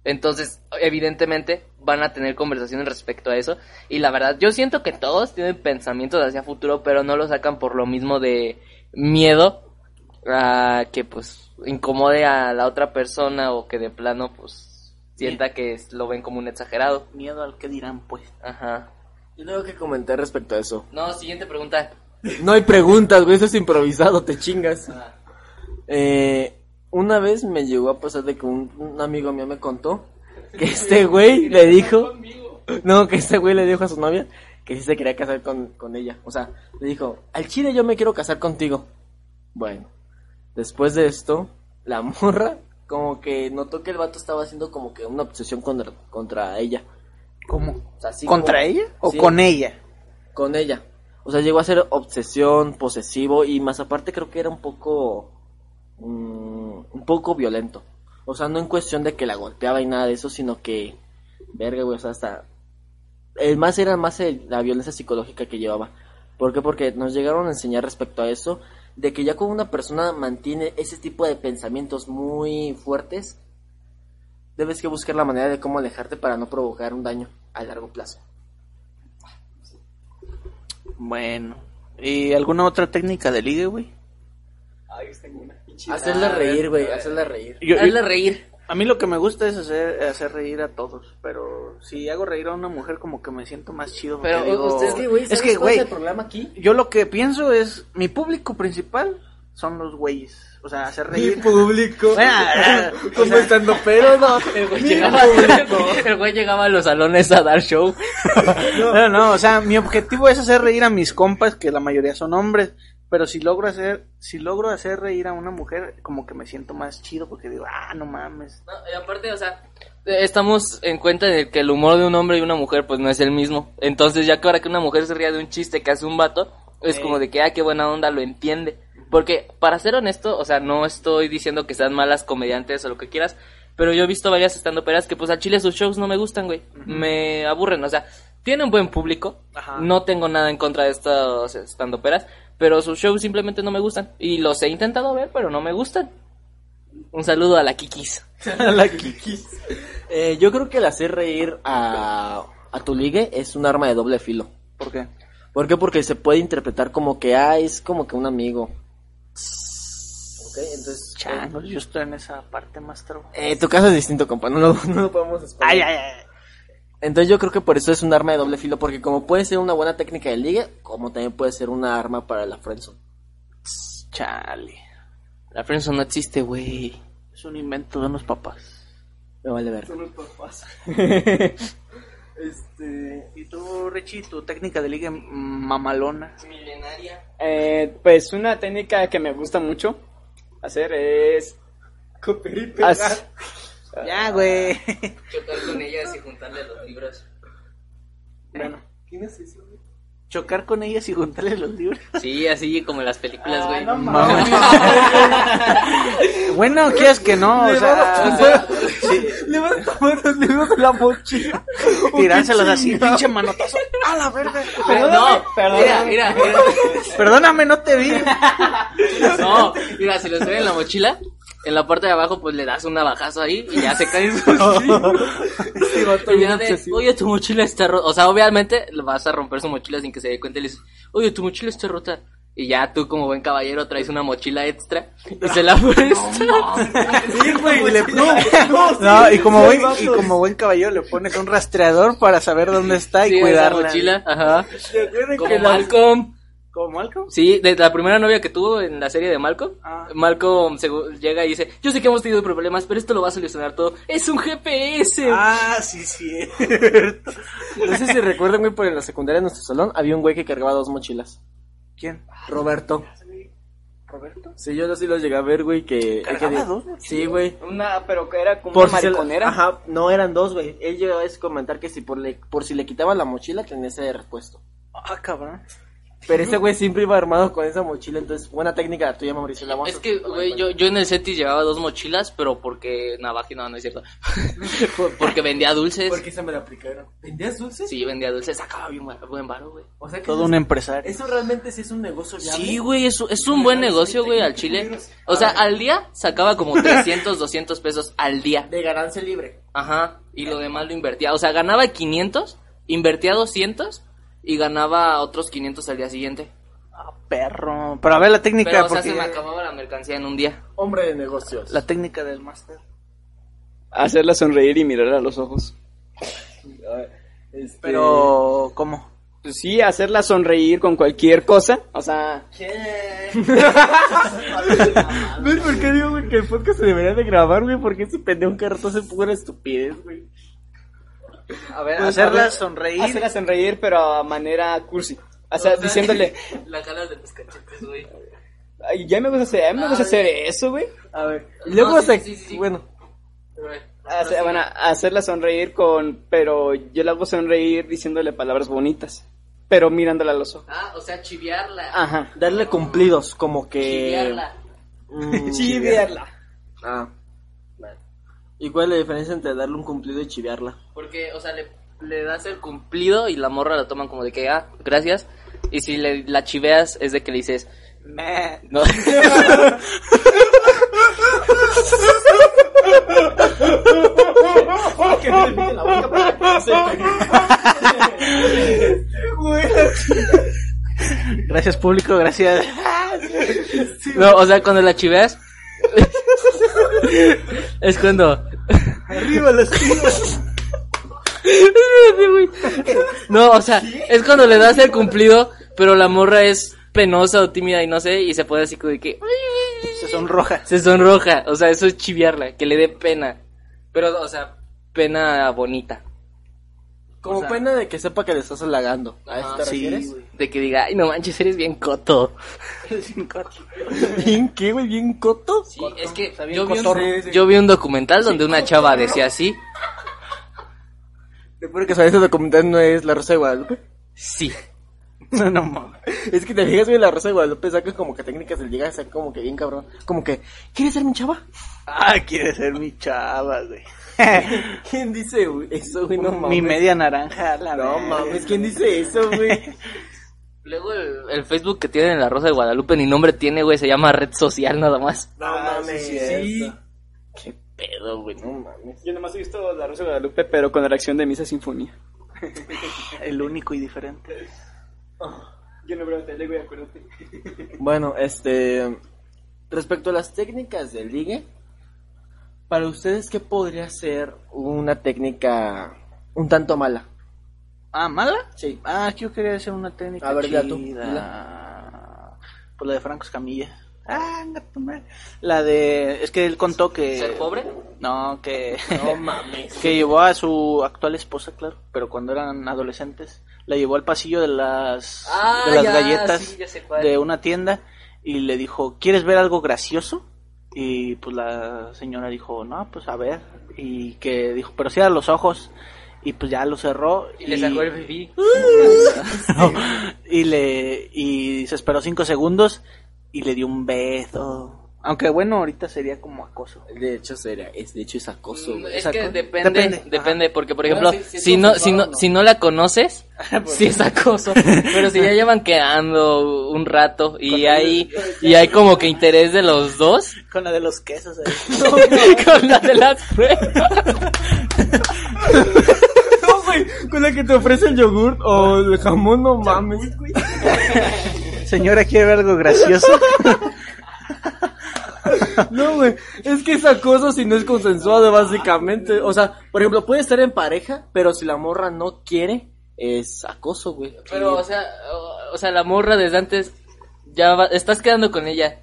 S4: Entonces, evidentemente, van a tener conversaciones respecto a eso. Y la verdad, yo siento que todos tienen pensamientos hacia futuro, pero no lo sacan por lo mismo de miedo a que pues incomode a la otra persona o que de plano pues sienta que es- lo ven como un exagerado.
S1: Miedo al que dirán, pues.
S4: Ajá.
S2: Yo tengo que comentar respecto a eso.
S4: No, siguiente pregunta.
S2: No hay preguntas, güey, eso es improvisado, te chingas. Eh, una vez me llegó a pasar de que un, un amigo mío me contó que este güey le dijo... No, que este güey le dijo a su novia que sí se quería casar con, con ella. O sea, le dijo, al chile yo me quiero casar contigo. Bueno, después de esto, la morra como que notó que el vato estaba haciendo como que una obsesión contra, contra ella.
S1: ¿Cómo?
S2: O sea, así
S1: ¿Contra
S2: como-
S1: ella o
S2: Sí,
S1: con ella?
S2: con ella. O sea, llegó a ser obsesión, posesivo y más aparte creo que era un poco mm, un poco violento. O sea, no en cuestión de que la golpeaba y nada de eso, sino que verga, güey, o sea, hasta el más era más el- la violencia psicológica que llevaba. ¿Por qué? Porque nos llegaron a enseñar respecto a eso de que ya cuando una persona mantiene ese tipo de pensamientos muy fuertes, debes que buscar la manera de cómo alejarte para no provocar un daño a largo plazo.
S1: Bueno. ¿Y alguna otra técnica de ligue, güey?
S3: Ay, tengo una pinche.
S2: Hacerla reír, güey, hacerla reír.
S1: Yo- yo-
S4: Hazle reír.
S1: a mí lo que me gusta es hacer, hacer reír a todos, pero si hago reír a una mujer como que me siento más chido. porque
S4: Pero,
S1: digo-
S4: usted es que, güey,
S1: es que, güey,
S2: el problema aquí?
S1: yo lo que pienso es, mi público principal son los güeyes, o sea, hacer reír.
S5: público.
S1: Bueno, eh, o
S5: Como
S1: sea,
S5: estando pero no.
S4: El güey, llegaba, el güey llegaba a los salones a dar show.
S1: No, no, o sea, mi objetivo es hacer reír a mis compas, que la mayoría son hombres, pero si logro hacer, si logro hacer reír a una mujer, como que me siento más chido porque digo, ah, no mames.
S4: No, y aparte, o sea, eh, estamos en cuenta de que el humor de un hombre y una mujer pues no es el mismo. Entonces, ya que ahora que una mujer se ría de un chiste que hace un vato, es
S1: Sí.
S4: como de que, ah, qué buena onda, lo entiende. Porque, para ser honesto, o sea, no estoy diciendo que sean malas comediantes o lo que quieras, pero yo he visto varias estando peras que pues al chile sus shows no me gustan, güey. Me aburren, o sea, tienen buen público.
S1: Ajá.
S4: No tengo nada en contra de estos estando peras, pero sus shows simplemente no me gustan. Y los he intentado ver, pero no me gustan. Un saludo a la Kikis.
S2: la Kikis. Eh, yo creo que el hacer reír a, a tu ligue es un arma de doble filo.
S1: ¿Por qué?
S2: ¿Por qué? Porque se puede interpretar como que, ah, es como que un amigo. Ok, entonces...
S1: Changos, yo estoy en esa parte más traba-
S2: Eh, tu caso es distinto, compa, no lo, no lo podemos exponer.
S1: Ay, ay, ay.
S2: Entonces yo creo que por eso es un arma de doble filo, porque como puede ser una buena técnica de ligue, como también puede ser una arma para la friendzone.
S1: Chale.
S4: La friendzone no existe, güey.
S1: Es un invento de unos papás.
S2: Me vale ver.
S5: Este.
S1: ¿Y tú, Richie, tu técnica de liga mamalona?
S3: Eh, pues una técnica que me gusta mucho hacer es.
S5: Copiar y pegar.
S3: as-
S1: Ya, güey.
S4: Chocar con ellas y juntarle los libros.
S1: Bueno,
S5: ¿Quién es eso, güey?
S1: chocar con ellas y juntarle los libros.
S4: Sí, así como en las películas,
S1: Ah,
S4: güey.
S1: Bueno, quieres que no, o sea, o sea, sí,
S5: Le vas a tomar los libros de la mochila.
S1: tirárselos así, pinche manotazo. A la verga.
S4: Pero no, mira,
S3: perdóname.
S4: mira, mira.
S1: Perdóname, no te vi.
S4: No, mira, si los ven en la mochila, en la parte de abajo, pues le das un navajazo ahí y ya se caen sus Y ya de, Oye, tu mochila está rota. O sea, obviamente le vas a romper su mochila sin que se dé cuenta y le dices, oye, tu mochila está rota. Y ya tú, como buen caballero, traes una mochila extra y se la prestas.
S5: Sí, güey.
S1: Y le- No, y como buen, y como buen caballero le pones un rastreador para saber dónde está y
S4: Sí, la
S1: cuidarla.
S4: mochila, ajá. Como
S1: que la-
S4: Malcolm.
S1: ¿Como algo?
S4: Sí, de la primera novia que tuvo en la serie de Malcolm,
S1: Ah.
S4: Malcolm se- llega y dice, yo sé que hemos tenido problemas, pero esto lo va a solucionar todo. Es un GPS.
S1: Ah, sí, sí. cierto.
S2: No sé si recuerdan, güey, pero en la secundaria de nuestro salón había un güey que cargaba dos mochilas.
S1: ¿Quién?
S2: Roberto.
S1: ¿Roberto?
S2: Sí, yo sí los llegué a ver, güey, que...
S1: ¿Cargaba
S2: que de-
S1: dos mochilas?
S2: Sí, güey.
S3: Una, pero que era como
S2: Por
S3: una
S2: si se la-
S3: mariconera.
S2: Ajá, no eran dos, güey. Él llegaba a comentar que si por, le... por si le quitaban la mochila tenía ese de repuesto.
S1: Ah, cabrón.
S2: Pero ese güey siempre iba armado con esa mochila, entonces buena técnica la tuya, Mauricio. La vamos
S4: Es
S2: a-
S4: que, güey, yo, yo en el Cetis llevaba dos mochilas, pero porque navaje, no, no es cierto. porque vendía dulces.
S5: ¿Por qué se me la aplicaron? ¿Vendías dulces?
S4: Sí, vendía dulces, sacaba bien bar- buen varo, güey.
S5: O sea que
S1: Todo un empresario.
S5: Eso realmente sí es un negocio viable.
S4: Sí, güey, es, es un buen negocio, güey, al chile. O sea, al día sacaba como 300, 200 pesos al día.
S2: De ganancia libre.
S4: Ajá, y lo demás lo invertía. O sea, ganaba 500, invertía 200 y ganaba otros 500 al día siguiente.
S1: Ah, perro. Pero a ver la técnica,
S4: Pero, o sea,
S1: porque
S4: se me acababa la mercancía en un día.
S2: Hombre de negocios.
S1: la técnica del máster.
S3: Hacerla sonreír y mirarla a los ojos.
S5: Este,
S1: Pero, ¿cómo?
S3: pues sí, hacerla sonreír con cualquier cosa. O sea,
S2: ¿Ves por qué digo, güey, que el podcast se debería de grabar, güey? Porque ese pendejo que rato hace pura estupidez, güey.
S1: A ver,
S3: Pues,
S1: hacerla
S3: a ver,
S1: sonreír.
S3: hacerla sonreír, pero a manera cursi. O sea, diciéndole,
S4: La cara de los cachetes, güey.
S3: "Ay, ya me gusta hacer, ya me gusta hacer eso, güey.
S2: A ver. Y luego
S4: No, sí,
S2: se...
S4: sí, sí, sí.
S2: Bueno.
S3: Hacer- Ah, bueno, hacerla sonreír con, pero yo la hago sonreír diciéndole palabras bonitas, pero mirándola a los ojos.
S4: Ah, o sea, chiviarla.
S3: Ajá.
S2: Darle cumplidos, como que...
S4: Chiviarla.
S2: Mm,
S3: Chiviarla.
S2: Ah. Vale. ¿Y cuál es la diferencia entre darle un cumplido y chivearla?
S4: Porque, o sea, le, le das el cumplido y la morra la toman como de que, ah, gracias. Y si le, la chiveas es de que le dices,
S1: Meh.
S4: no.
S1: Gracias público, gracias.
S4: no, o sea, cuando la chiveas es cuando...
S2: ¡Arriba las
S4: Espérate, güey. No, o sea, es cuando le das el cumplido, pero la morra es penosa o tímida y no sé, y se puede así como de que
S1: Se sonroja.
S4: se sonroja, o sea, eso es chiviarla, que le dé pena, pero, o sea, pena bonita,
S2: Como
S4: O sea-
S2: pena de que sepa que le estás halagando. ¿A eso
S4: Ah,
S2: te
S4: sí,
S2: refieres?
S4: de que diga, ay, no manches, eres bien coto.
S2: ¿Bien qué, güey? ¿Bien coto?
S4: Sí, es que
S1: está bien
S4: yo vi,
S1: cotorro.
S4: un, yo vi un documental donde una chava decía así,
S2: Te juro que sabes ese documental no es La Rosa de Guadalupe.
S4: sí,
S1: No, no, mames.
S2: Es que te fijas, güey, La Rosa de Guadalupe saca como que técnicas del llegar, saca como que bien cabrón. Como que, ¿quieres ser mi chava?
S1: Ah, quiere ser mi chava, güey.
S2: ¿Quién dice güey, eso, güey? No mames.
S1: mi media naranja, la
S2: No
S1: verga.
S2: mames, ¿quién dice eso, güey?
S4: luego el, el Facebook que tienen en la Rosa de Guadalupe, ni nombre tiene, güey, se llama red social nada más.
S2: No
S3: Ah, sí,
S2: mames, sí.
S3: cierto.
S2: Qué pedo, güey, no mames.
S3: Yo nomás he visto La Rosa de Guadalupe, pero con la reacción de Misa Sinfonía.
S1: El único y diferente.
S3: Yo no veo la tele, güey, acuérdate.
S2: Bueno, este. Respecto a las técnicas de ligue, para ustedes, ¿qué podría ser una técnica un tanto mala?
S1: Ah, ¿mala?
S2: Sí.
S1: Ah, yo quería hacer una técnica
S2: A ver,
S1: chida.
S2: ya tú,
S1: Pues la de Franco Escamilla. Ah, anda tu madre. La de... Es que él contó que...
S4: ¿Ser pobre?
S1: No, que...
S2: mames.
S1: que llevó a su actual esposa, claro, pero cuando eran adolescentes, la llevó al pasillo de las,
S4: Ah,
S1: de las
S4: ya,
S1: galletas
S4: sí, ya sé cuál.
S1: de una tienda y le dijo, ¿quieres ver algo gracioso? Y pues la señora dijo, no, pues a ver. Y que dijo, pero cierra los ojos. Y pues ya lo cerró.
S4: Y le sacó el bebé.
S1: No, y le y se esperó cinco segundos y le dio un beso. Aunque bueno, ahorita sería como acoso.
S2: De hecho, sería, es, de hecho, es acoso, güey.
S4: Es
S1: Esa
S4: que
S1: cosa.
S4: depende,
S1: Depende,
S4: depende,
S1: ajá.
S4: porque por ejemplo,
S2: Pues, Bueno, sí, sí,
S4: si,
S2: es
S4: no,
S2: acoso,
S4: si no,
S2: ¿no?
S4: si no la conoces, sí es acoso, pero si ya llevan quedando un rato y hay, y hay como que interés de los dos,
S1: Con la de los quesos. eh. ahí.
S4: con la de las pruebas,
S2: No, güey, con la que te ofrece el yogurt o el jamón, no mames.
S1: Señora, ¿quiere ver algo gracioso?
S2: No, güey, es que esa cosa si no es consensuado, básicamente. O sea, por ejemplo, puede estar en pareja, pero si la morra no quiere, es acoso, güey.
S4: pero o sea, o, o sea, la morra desde antes, ya va- estás quedando con ella,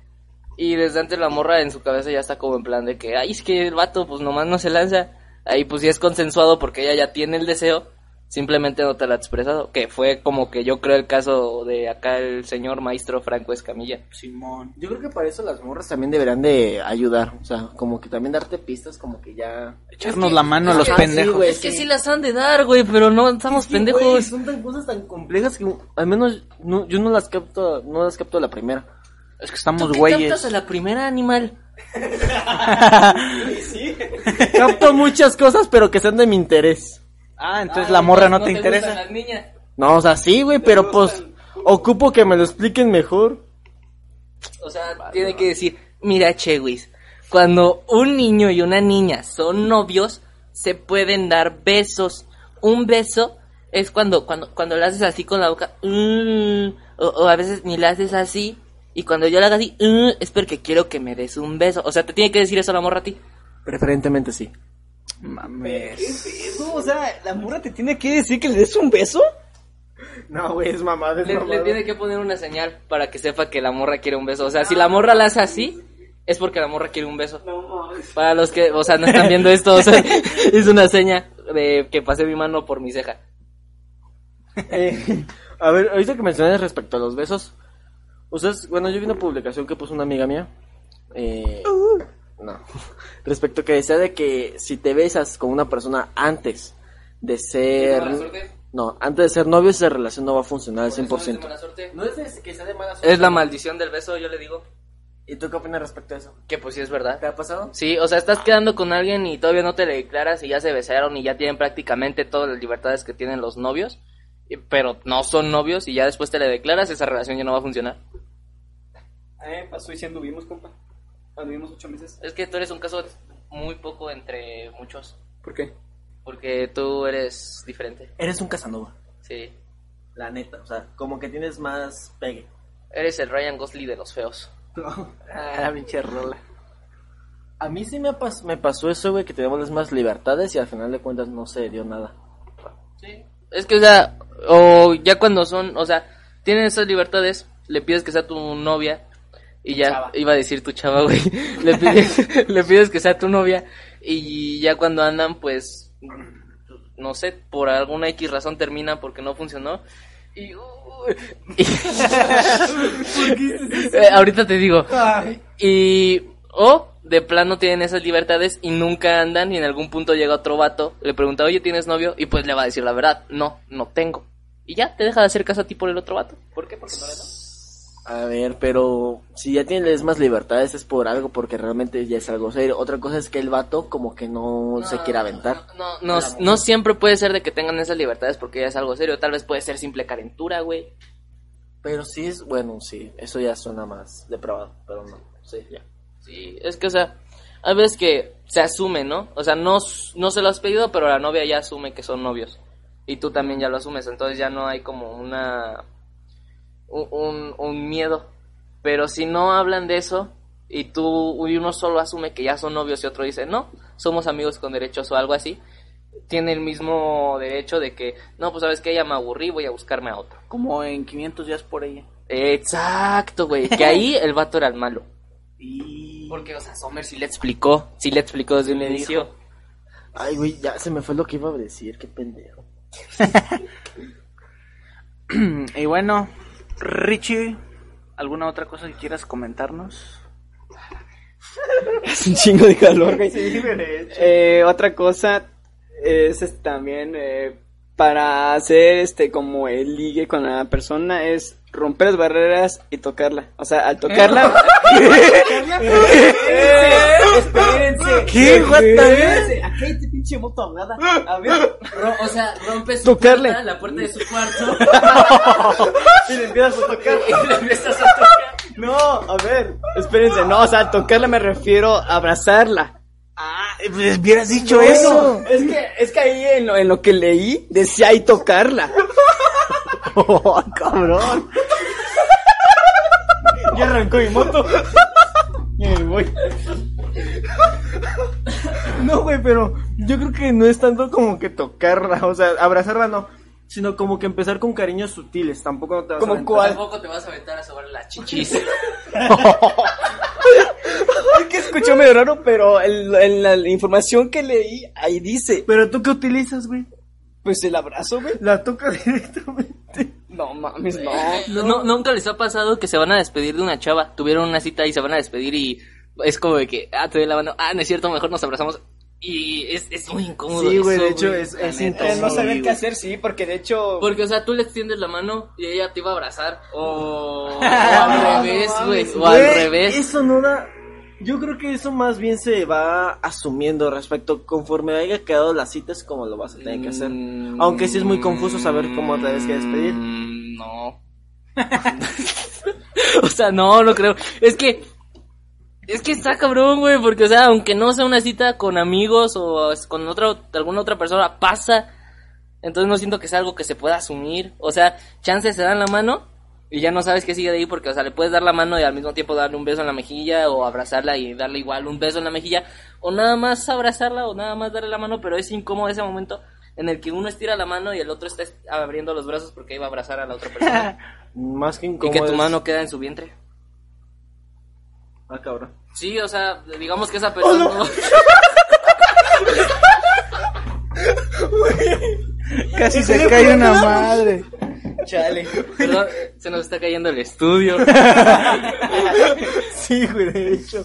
S4: y desde antes la morra en su cabeza ya está como en plan de que, ay, es que el vato pues nomás no se lanza, ahí pues sí es consensuado porque ella ya tiene el deseo, simplemente no te la ha expresado, que fue como que yo creo el caso de acá el señor maestro Franco Escamilla.
S1: Simón.
S2: Yo creo que para eso las morras también deberían de ayudar, o sea, como que también darte pistas, como que ya...
S1: Echarnos la mano a los
S2: Ajá, sí,
S1: pendejos.
S2: güey.
S4: Ah, Es que sí las han de dar, güey, pero no estamos
S2: güey,
S4: pendejos.
S2: son tan cosas tan complejas que al menos no- yo no las capto, no las capto a la primera.
S1: Es que
S4: ¿Tú
S1: estamos
S4: qué captas a
S1: güeyes.
S4: la primera animal?
S2: capto muchas cosas, pero que sean de mi interés.
S1: Ah, entonces la morra no, te, interesa.
S4: Las niñas.
S2: No, o sea, sí, güey, pero pues ocupo que me lo expliquen mejor.
S4: O sea, tiene que decir, mira, Chewis, cuando un niño y una niña son novios, se pueden dar besos. Un beso es cuando cuando cuando lo haces así con la boca, mm, o, o a veces ni la haces así. Y cuando yo la hago así, mm, es porque quiero que me des un beso. O sea, te tiene que decir eso la morra a ti.
S2: Preferentemente sí.
S1: Mames.
S3: O sea, la morra te tiene que decir que le des un beso.
S2: No, güey, es mamada, es
S4: Le, le
S2: mamada.
S4: tiene que poner una señal para que sepa que la morra quiere un beso. O sea, si la morra la hace así, es porque la morra quiere un beso. Para los que, o sea, no están viendo esto, o sea, es una seña de que pasé mi mano por mi ceja.
S2: Eh, a ver, ahorita que mencionas respecto a los besos. Ustedes, bueno, yo vi una publicación que puso una amiga mía. eh, No. Respecto que decía de que si te besas con una persona antes de
S4: Eh,
S2: ser... No, antes de ser novios, esa relación no va a funcionar al 100%. No es de- que sea de mala
S4: Es la maldición del beso, yo le digo.
S2: ¿Y tú qué opinas respecto a eso?
S4: Que pues sí es verdad.
S2: ¿Te ha pasado?
S4: Sí, o sea, estás quedando con alguien y todavía no te le declaras y ya se besaron y ya tienen prácticamente todas las libertades que tienen los novios, y- pero no son novios y ya después te le declaras, esa relación ya no va a funcionar.
S3: A mí me Eh, pasó y si anduvimos, compa. Anduvimos ocho meses.
S4: Es que tú eres un caso muy poco entre muchos,
S3: ¿Por qué?
S4: porque tú eres diferente,
S2: Eres un Casanova,
S4: sí.
S2: la neta. O sea, como que tienes más pegue.
S4: Eres el Ryan Gosling de los feos.
S3: Ah, la pinche rola.
S2: A mí sí me, pas- me pasó eso, güey, que teníamos más libertades y al final de cuentas no se dio nada.
S4: Es que, o sea, o ya cuando son, o sea, tienen esas libertades, le pides que sea tu novia y ya iba a decir tu chava, güey. Le pides, le pides que sea tu novia y ya cuando andan, pues, no sé, por alguna X razón terminan porque no funcionó. Y, uy, y- Eh, ahorita te digo. Y o de plano tienen esas libertades y nunca andan y en algún punto llega otro vato, le pregunta, oye, ¿tienes novio? Y pues le va a decir la verdad, no, no tengo. Y ya, te deja de hacer caso a ti por el otro vato. ¿Por qué? Porque no le da.
S2: A ver, pero si ya tienes más libertades es por algo, porque realmente ya es algo serio. Otra cosa es que el vato como que no, se quiere aventar.
S4: No, no, no siempre puede ser de que tengan esas libertades porque ya es algo serio. Tal vez puede ser simple calentura, güey.
S2: Pero sí es, bueno, sí, eso ya suena más depravado, pero no, sí, ya.
S4: Sí, es que, o sea, hay veces que se asume, ¿no? O sea, no, s- no se lo has pedido, pero la novia ya asume que son novios. Y tú también ya lo asumes, entonces ya no hay como una... un, un- un miedo. Pero si no hablan de eso y tú y uno solo asume que ya son novios y otro dice, no, somos amigos con derechos o algo así, tiene el mismo derecho de que, no, pues sabes que ya me aburrí, voy a buscarme a otro.
S1: Como en 500 días por ella.
S4: Exacto, güey. Que ahí el vato era el malo.
S1: Y...
S4: Porque, o sea, Sommer sí le explicó, sí le explicó desde un inicio.
S2: Ay, güey, ya se me fue lo que iba a decir, qué pendejo.
S1: y bueno, Richie, ¿alguna otra cosa que quieras comentarnos?
S3: Es un chingo de calor, güey. Eh, otra cosa es este, también eh, para hacer este como el ligue con la persona es romper las barreras y tocarla. O sea, al tocarla. Eh, espérense,
S1: ¿Qué? What the-
S3: Aquí hay pinche moto hablada. A ver.
S4: o sea, rompe su
S3: Tocarle.
S4: puerta, la puerta de su cuarto,
S3: Si le empiezas a tocar.
S4: y le empiezas a tocar.
S3: No, a ver. Espérense, no, o sea, al tocarla me refiero a abrazarla.
S1: Ah, pues hubieras dicho
S3: Bueno, Es que, es que ahí en lo, en lo que leí decía ahí tocarla.
S2: ¡Oh, cabrón!
S3: Ya arrancó mi moto. Ya me voy.
S2: No, güey, pero yo creo que no es tanto como que tocarla, o sea, abrazarla no, sino como que empezar con cariños sutiles, tampoco no te vas a
S3: ¿Como
S2: aventar.
S3: cuál?
S4: Tampoco te vas a aventar a sobar la chichis.
S3: Es que escuchó medio raro, pero el- en la información que leí, ahí dice,
S2: ¿Pero tú qué utilizas, güey?
S3: pues el abrazo, güey.
S2: La toca directamente.
S3: No mames, no.
S4: No, nunca les ha pasado que se van a despedir de una chava. Tuvieron una cita y se van a despedir y es como de que, ah, te doy la mano, ah, no es cierto, mejor nos abrazamos. Y es, es muy incómodo.
S2: Sí, güey,
S4: eso,
S2: de hecho
S4: güey.
S2: es, es
S3: Eh, no
S2: incómodo.
S3: saber qué hacer, sí, porque de hecho...
S4: Porque, o sea, tú le extiendes la mano y ella te iba a abrazar. O, o al revés, güey. o al
S2: Güey,
S4: revés.
S2: Eso no da. Yo creo que eso más bien se va asumiendo respecto conforme haya quedado las citas como lo vas a tener que hacer.
S4: Mm,
S2: Aunque sí es muy confuso saber cómo te debes que despedir.
S4: mm, No. o sea, no, no creo. Es que. Es que está cabrón, güey, porque, o sea, aunque no sea una cita con amigos o es con otra, alguna otra persona, pasa. Entonces no siento que sea algo que se pueda asumir. O sea, chances se dan la mano y ya no sabes qué sigue de ahí porque, o sea, le puedes dar la mano y al mismo tiempo darle un beso en la mejilla o abrazarla y darle igual un beso en la mejilla o nada más abrazarla o nada más darle la mano, pero es incómodo ese momento en el que uno estira la mano y el otro está est- abriendo los brazos porque iba a abrazar a la otra persona.
S2: Más que
S4: Mm. y
S2: incómodo.
S4: que tu
S2: es-
S4: mano queda en su vientre.
S2: Ah, cabrón.
S4: Sí, o sea, digamos que esa persona...
S1: Casi se cae una madre.
S4: Chale. Perdón, se nos está cayendo el estudio.
S1: Sí, güey, de hecho.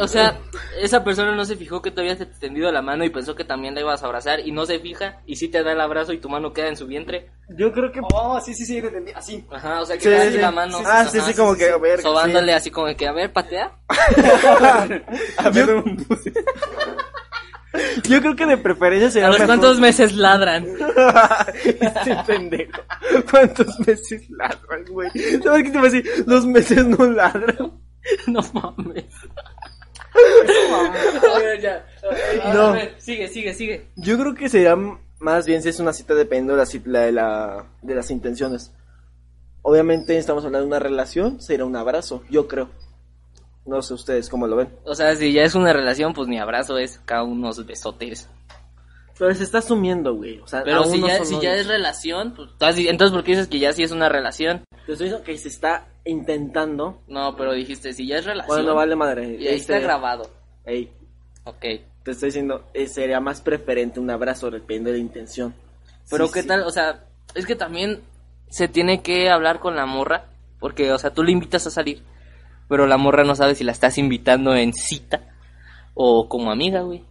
S4: O sea, esa persona no se fijó que te habías extendido la mano y pensó que también la ibas a abrazar y no se fija y sí te da el abrazo y tu mano queda en su vientre.
S2: Yo creo que.
S3: Oh, sí, sí, sí, lo entendí. Así.
S4: Ajá, o sea, que
S3: Sí,
S4: te da
S3: sí,
S4: así
S3: sí.
S4: la mano.
S3: Sí, sí,
S2: Ah,
S4: Ajá,
S2: sí, sí, como que. A ver.
S4: Sobándole así como que, a ver, patea.
S3: A ver, un-
S2: sí. Yo creo que de preferencia sería.
S4: A ver
S2: mejor-
S4: cuántos meses ladran.
S2: este pendejo. ¿Cuántos meses ladran, güey? ¿Sabes qué te voy a decir? Los meses no ladran.
S4: No mames. Oye, ya. A
S2: No.
S4: ver, Sigue, sigue, sigue.
S2: Yo creo que sería m- más bien si es una cita dependiendo de la, ci- la- de la- de las intenciones. Obviamente estamos hablando de una relación, sería un abrazo, yo creo. No sé ustedes cómo lo ven.
S4: O sea, si ya es una relación, pues ni abrazo es cada unos besotes.
S2: Pero se está asumiendo, güey. O sea,
S4: Pero
S2: aún
S4: si
S2: no
S4: ya,
S2: Ah, son
S4: si ya es
S2: novios.
S4: relación, pues, estás di- entonces ¿por qué dices que ya sí es una relación?
S2: Te estoy diciendo que se está intentando.
S4: No, pero dijiste, si ya es relación.
S2: Bueno, vale madre.
S4: Ah, Y ahí está
S2: este,
S4: grabado.
S2: ey,
S4: Ok.
S2: te estoy diciendo, eh, sería más preferente un abrazo, dependiendo de la intención.
S4: Pero
S2: Sí,
S4: qué
S2: sí.
S4: tal, o sea, es que también se tiene que hablar con la morra, porque, o sea, tú le invitas a salir, pero la morra no sabe si la estás invitando en cita o como amiga, güey.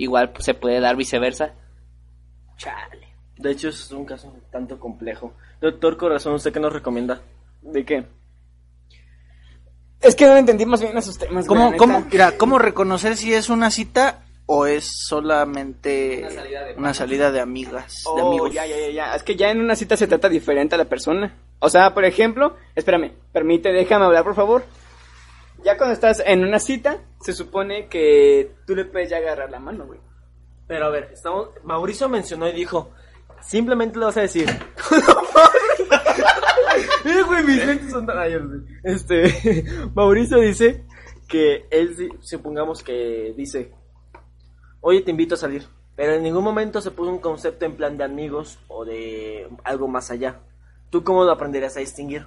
S4: Igual pues, se puede dar viceversa. Chale.
S2: De hecho, es un caso un tanto complejo. Doctor Corazón, ¿usted qué nos recomienda?
S3: ¿De qué? Es que no entendí más bien esos temas. güey,
S1: ¿Cómo,
S3: la
S1: cómo,
S3: neta.
S1: mira, ¿cómo reconocer si es una cita o es solamente una
S4: salida
S1: salida
S4: de
S1: de, amigas, de
S3: Oh,
S1: amigos?
S3: ya, ya, ya, ya. Es que ya en una cita se trata diferente a la persona. O sea, por ejemplo, espérame, permite, déjame hablar, por favor. Ya cuando estás en una cita, se supone que tú le puedes ya agarrar la mano, güey.
S2: Pero a ver, estamos... Mauricio mencionó y dijo, simplemente le vas a decir... Mira, güey, mis lentes son tan... Ay, yo lo sé. Este, Mauricio dice que él, si- supongamos que dice, oye, te invito a salir. Pero en ningún momento se puso un concepto en plan de amigos o de algo más allá. ¿Tú cómo lo aprenderías a distinguir?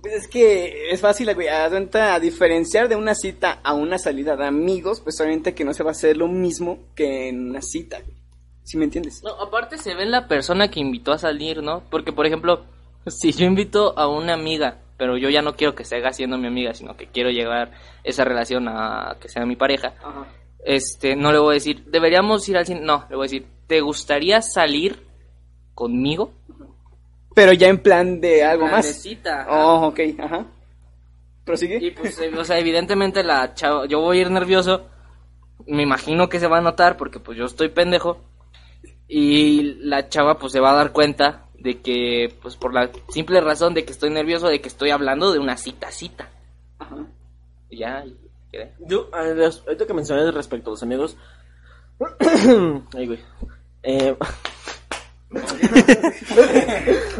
S3: Pues es que es fácil, güey. Haz cuenta, a diferenciar de una cita a una salida de amigos, pues obviamente que no se va a hacer lo mismo que en una cita, güey. ¿Sí me entiendes?
S4: No, aparte se ve en la persona que invitó a salir, ¿no? Porque, por ejemplo, si yo invito a una amiga, pero yo ya no quiero que se haga siendo mi amiga, sino que quiero llevar esa relación a que sea mi pareja,
S3: Ajá.
S4: este, no le voy a decir, deberíamos ir al cine. No, le voy a decir, ¿te gustaría salir conmigo?
S3: Pero ya en plan de algo
S4: Plan de
S3: más.
S4: cita, ajá.
S3: Oh, ok, ajá. ¿Prosigue?
S4: Y pues, eh, o sea, evidentemente la chava, yo voy a ir nervioso. Me imagino que se va a notar porque pues yo estoy pendejo. Y la chava pues se va a dar cuenta de que, pues por la simple razón de que estoy nervioso, de que estoy hablando de una cita, cita.
S3: Ajá.
S4: Y Ya, y- ¿qué?
S2: Yo, a ver, ahorita que mencioné respecto a los amigos. Ay, güey. Eh,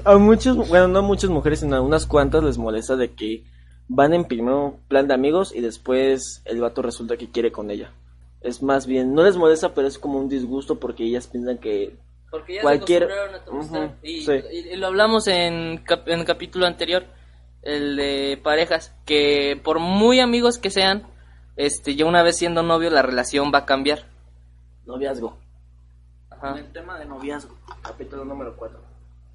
S2: a muchos, bueno, no a muchas mujeres, sino a unas cuantas les molesta de que van en primero plan de amigos y después el vato resulta que quiere con ella. Es más bien, no les molesta, pero es como un disgusto porque ellas piensan que.
S4: Porque ya
S2: Cualquier-
S4: se acostumbraron a tu amistad.
S2: Ujú,
S4: y,
S2: sí.
S4: y- y lo hablamos en, cap- en el capítulo anterior, el de parejas, que por muy amigos que sean, este, ya una vez siendo novio la relación va a cambiar.
S2: Noviazgo.
S4: Ajá.
S1: El tema de noviazgo,
S2: Capítulo número 4.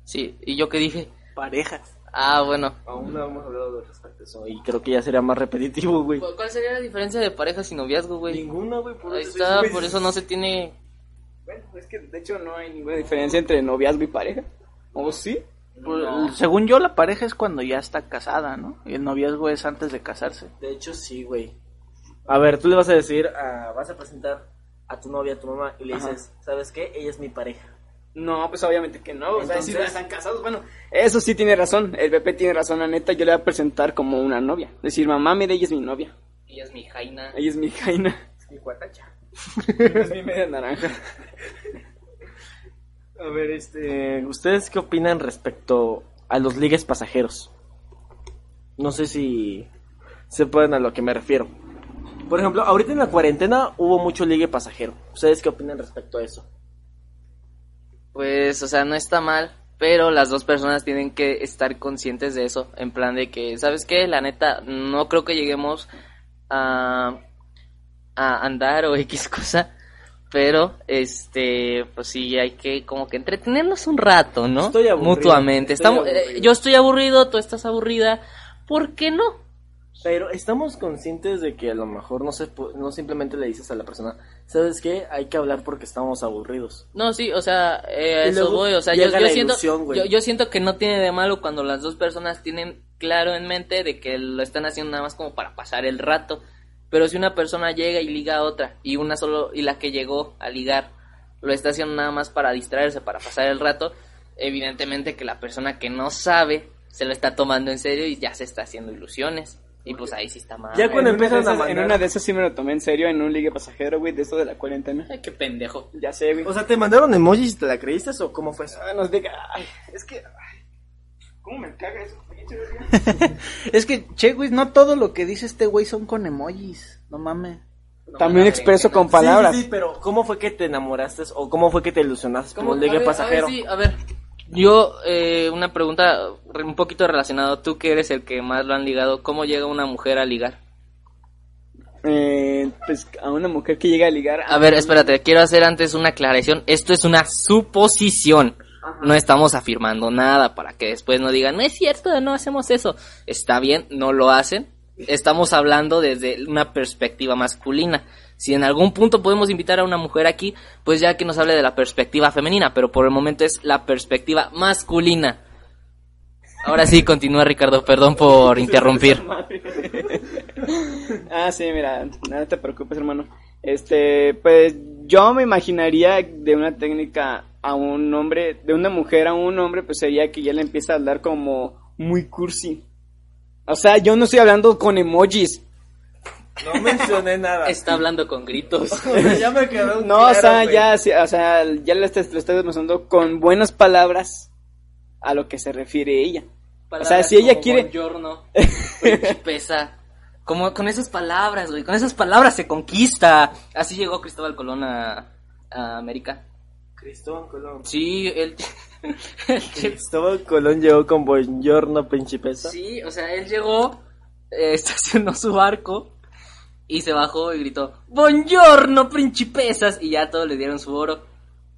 S4: Sí, y yo que dije,
S1: pareja.
S4: ah, bueno.
S2: Aún no hemos hablado de respecto a eso. Y creo que ya sería más repetitivo, güey.
S4: ¿Cu- ¿Cuál sería la diferencia de parejas y noviazgo, güey?
S2: Ninguna, pues, güey. por
S4: Ahí
S2: eso
S4: está,
S2: estoy-
S4: por eso no se tiene...
S3: Bueno, es que de hecho no hay ninguna diferencia entre noviazgo y pareja. ¿O sí?
S1: Pues, Según yo, la pareja es cuando ya está casada, ¿no? Y el noviazgo es antes de casarse.
S2: De hecho, sí, güey. A ver, tú le vas a decir, a- vas a presentar a tu novia, a tu mamá, y le
S3: Ajá.
S2: dices, ¿sabes qué? Ella es mi pareja.
S3: No, pues obviamente que no. o sea, si
S2: Entonces-
S3: están casados, bueno. Eso sí tiene razón. El Pepe tiene razón, la neta. Yo le voy a presentar como una novia. Decir, mamá, mira, ella es mi novia.
S4: Ella es mi jaina.
S3: Ella es mi jaina. Es mi guatacha. es mi media naranja.
S2: A ver, este, ¿ustedes qué opinan respecto a los ligues pasajeros? No sé si sepan a lo que me refiero. Por ejemplo, ahorita en la cuarentena hubo mucho ligue pasajero. ¿Ustedes qué opinan respecto a eso?
S4: pues, o sea, no está mal, pero las dos personas tienen que estar conscientes de eso, en plan de que, ¿sabes qué? La neta, no creo que lleguemos a, a andar o X cosa, pero, este, pues sí, hay que como que entretenernos un rato, ¿no?
S2: Estoy aburrido,
S4: Mutuamente.
S2: estoy
S4: Estamos, eh,
S2: aburrido.
S4: yo estoy aburrido, tú estás aburrida, ¿por qué no?
S2: Pero estamos conscientes de que a lo mejor no, se, pu- no simplemente le dices a la persona, ¿sabes qué? Hay que hablar porque estamos aburridos.
S4: No, sí, o sea, eh, a
S2: Y
S4: eso
S2: luego
S4: voy, o sea, yo,
S2: llega
S4: yo
S2: la
S4: siento,
S2: ilusión, güey.
S4: yo, yo siento que no tiene de malo cuando las dos personas tienen claro en mente de que lo están haciendo nada más como para pasar el rato, pero si una persona llega y liga a otra y una solo y la que llegó a ligar lo está haciendo nada más para distraerse, para pasar el rato, evidentemente que la persona que no sabe se lo está tomando en serio y ya se está haciendo ilusiones y pues ahí sí está mal.
S2: Ya cuando
S3: En una de
S2: empiezan a
S3: esas- En
S2: mandar-
S3: una de esas sí me lo tomé en serio, en un ligue pasajero, güey, de esto de la cuarentena.
S4: Ay, qué pendejo.
S3: Ya sé, güey.
S2: O sea, ¿te mandaron emojis y te la creíste o cómo fue eso?
S3: Ah, nos diga, ay, es que, ay, ¿cómo me caga eso? pinche verga?
S1: Es que, che, güey, no todo lo que dice este güey son con emojis. No mames.
S4: No
S3: También
S4: mames,
S3: expreso
S4: que no.
S3: con palabras.
S2: Sí, sí, pero ¿cómo fue que te enamoraste o cómo fue que te ilusionaste como
S4: ¿Cómo? A
S2: un ligue
S4: ver,
S2: pasajero?
S4: A ver, sí, a ver. Yo, eh, una pregunta re- un poquito relacionada. Tú que eres el que más lo han ligado, ¿cómo llega una mujer a ligar?
S3: Eh, pues a una mujer que llega a ligar.
S4: A ver, espérate, quiero hacer antes una aclaración. Esto es una suposición. No estamos afirmando nada para que después no digan, no es cierto, no hacemos eso. Está bien, no lo hacen. Estamos hablando desde una perspectiva masculina. Si en algún punto podemos invitar a una mujer aquí, pues ya que nos hable de la perspectiva femenina, pero por el momento es la perspectiva masculina. Ahora sí, continúa Ricardo, perdón por interrumpir.
S3: Ah, sí, mira, no te preocupes, hermano. Este, pues yo me imaginaría de una técnica a un hombre, de una mujer a un hombre, pues sería que ya le empieza a hablar como muy cursi. O sea, yo no estoy hablando con emojis.
S2: No mencioné nada.
S4: Está hablando con gritos.
S2: ya me quedó
S3: No, o
S2: claro,
S3: sea,
S2: güey.
S3: ya, sí, o sea, ya le estás, le estás demostrando con buenas palabras a lo que se refiere ella. O sea, si
S4: Palabras
S3: ella
S4: como
S3: quiere-
S4: Buongiorno, pesa. Como con esas palabras, güey. Con esas palabras se conquista. Así llegó Cristóbal Colón a, a América.
S2: Cristóbal Colón.
S4: Sí, él. él-
S2: Cristóbal Colón llegó con Buongiorno, principesa.
S4: sí, o sea, él llegó, eh, estacionó su barco y se bajó y gritó: ¡Buongiorno, principesas! Y ya todos le dieron su oro.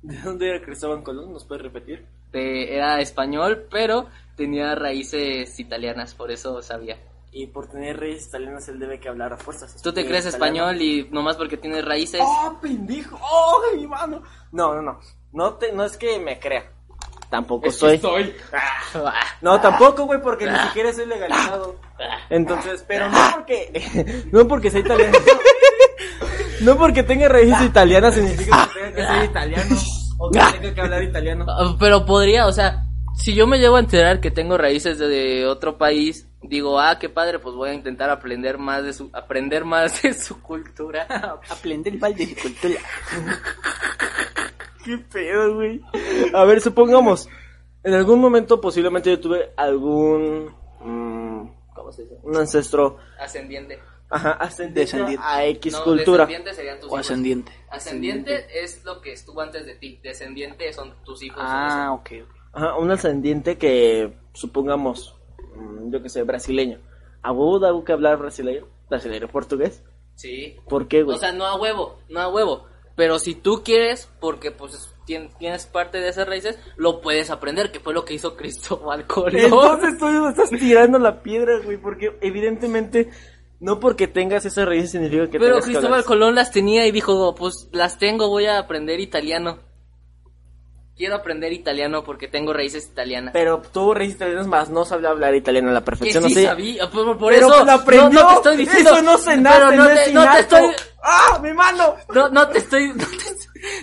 S2: ¿De dónde era Cristóbal Colón? ¿Nos puedes repetir?
S4: De- era español, pero tenía raíces italianas, por eso sabía.
S2: Y por tener reyes italianos, él debe que hablar a fuerzas.
S4: Tú te
S2: Eh,
S4: crees
S2: italiano.
S4: español y nomás porque tienes raíces.
S2: ¡Oh, pendejo! ¡Oh, mi mano! No, no, no. No, te, no es que me crea. Tampoco Pues soy. No, tampoco, güey, porque
S4: Ah.
S2: ni siquiera soy legalizado. Entonces, pero no porque. No porque sea italiano. No porque tenga raíces
S4: Ah.
S2: italianas significa que tenga que ser italiano. O que tenga que hablar italiano.
S4: Ah, Pero podría, o sea, si yo me llego a enterar que tengo raíces de, de otro país, digo, ah, qué padre, pues voy a intentar aprender más de su, aprender más de su cultura.
S1: Aprender mal de cultura.
S2: ¿Qué pedo, güey?
S4: Ah.
S2: A ver, supongamos. En algún momento, posiblemente yo tuve algún. mm,
S4: ¿Cómo se dice?
S2: un ancestro.
S4: Ascendiente.
S2: Ajá, ascendiente
S1: Descendiente.
S2: a X
S4: No,
S2: cultura.
S4: descendiente serían tus
S1: O
S4: hijos.
S1: ascendiente.
S4: Ascendiente es lo que estuvo antes de ti. Descendiente son tus hijos.
S1: Ah, ok. ok.
S2: Ajá, un ascendiente que, supongamos, mm, yo que sé, brasileño. ¿A huevo da que hablar brasileño? ¿Brasileño portugués?
S4: Sí.
S2: ¿Por qué, güey?
S4: O sea, no a huevo, no a huevo. Pero si tú quieres, porque pues tien- tienes parte de esas raíces, lo puedes aprender, que fue lo que hizo Cristóbal Colón.
S2: Entonces tú me estás tirando la piedra, güey, porque evidentemente no porque tengas esas raíces significa que
S4: Pero
S2: tengas que hablar.
S4: Cristóbal Colón las tenía y dijo, pues las tengo, voy a aprender italiano. Quiero aprender italiano porque tengo raíces italianas.
S2: Pero pues, tuvo raíces italianas más, no sabía hablar italiano a la
S4: Que
S2: perfección,
S4: sí
S2: así-
S4: sabía, por, por
S2: Pero
S4: eso
S2: la aprendió.
S4: no, no te estoy diciendo.
S2: Eso no se
S4: pero
S2: nace, no,
S4: no,
S2: es
S4: te, no te
S2: innato.
S4: estoy,
S2: ¡Ah, mi mano!
S4: no, no te estoy, no te,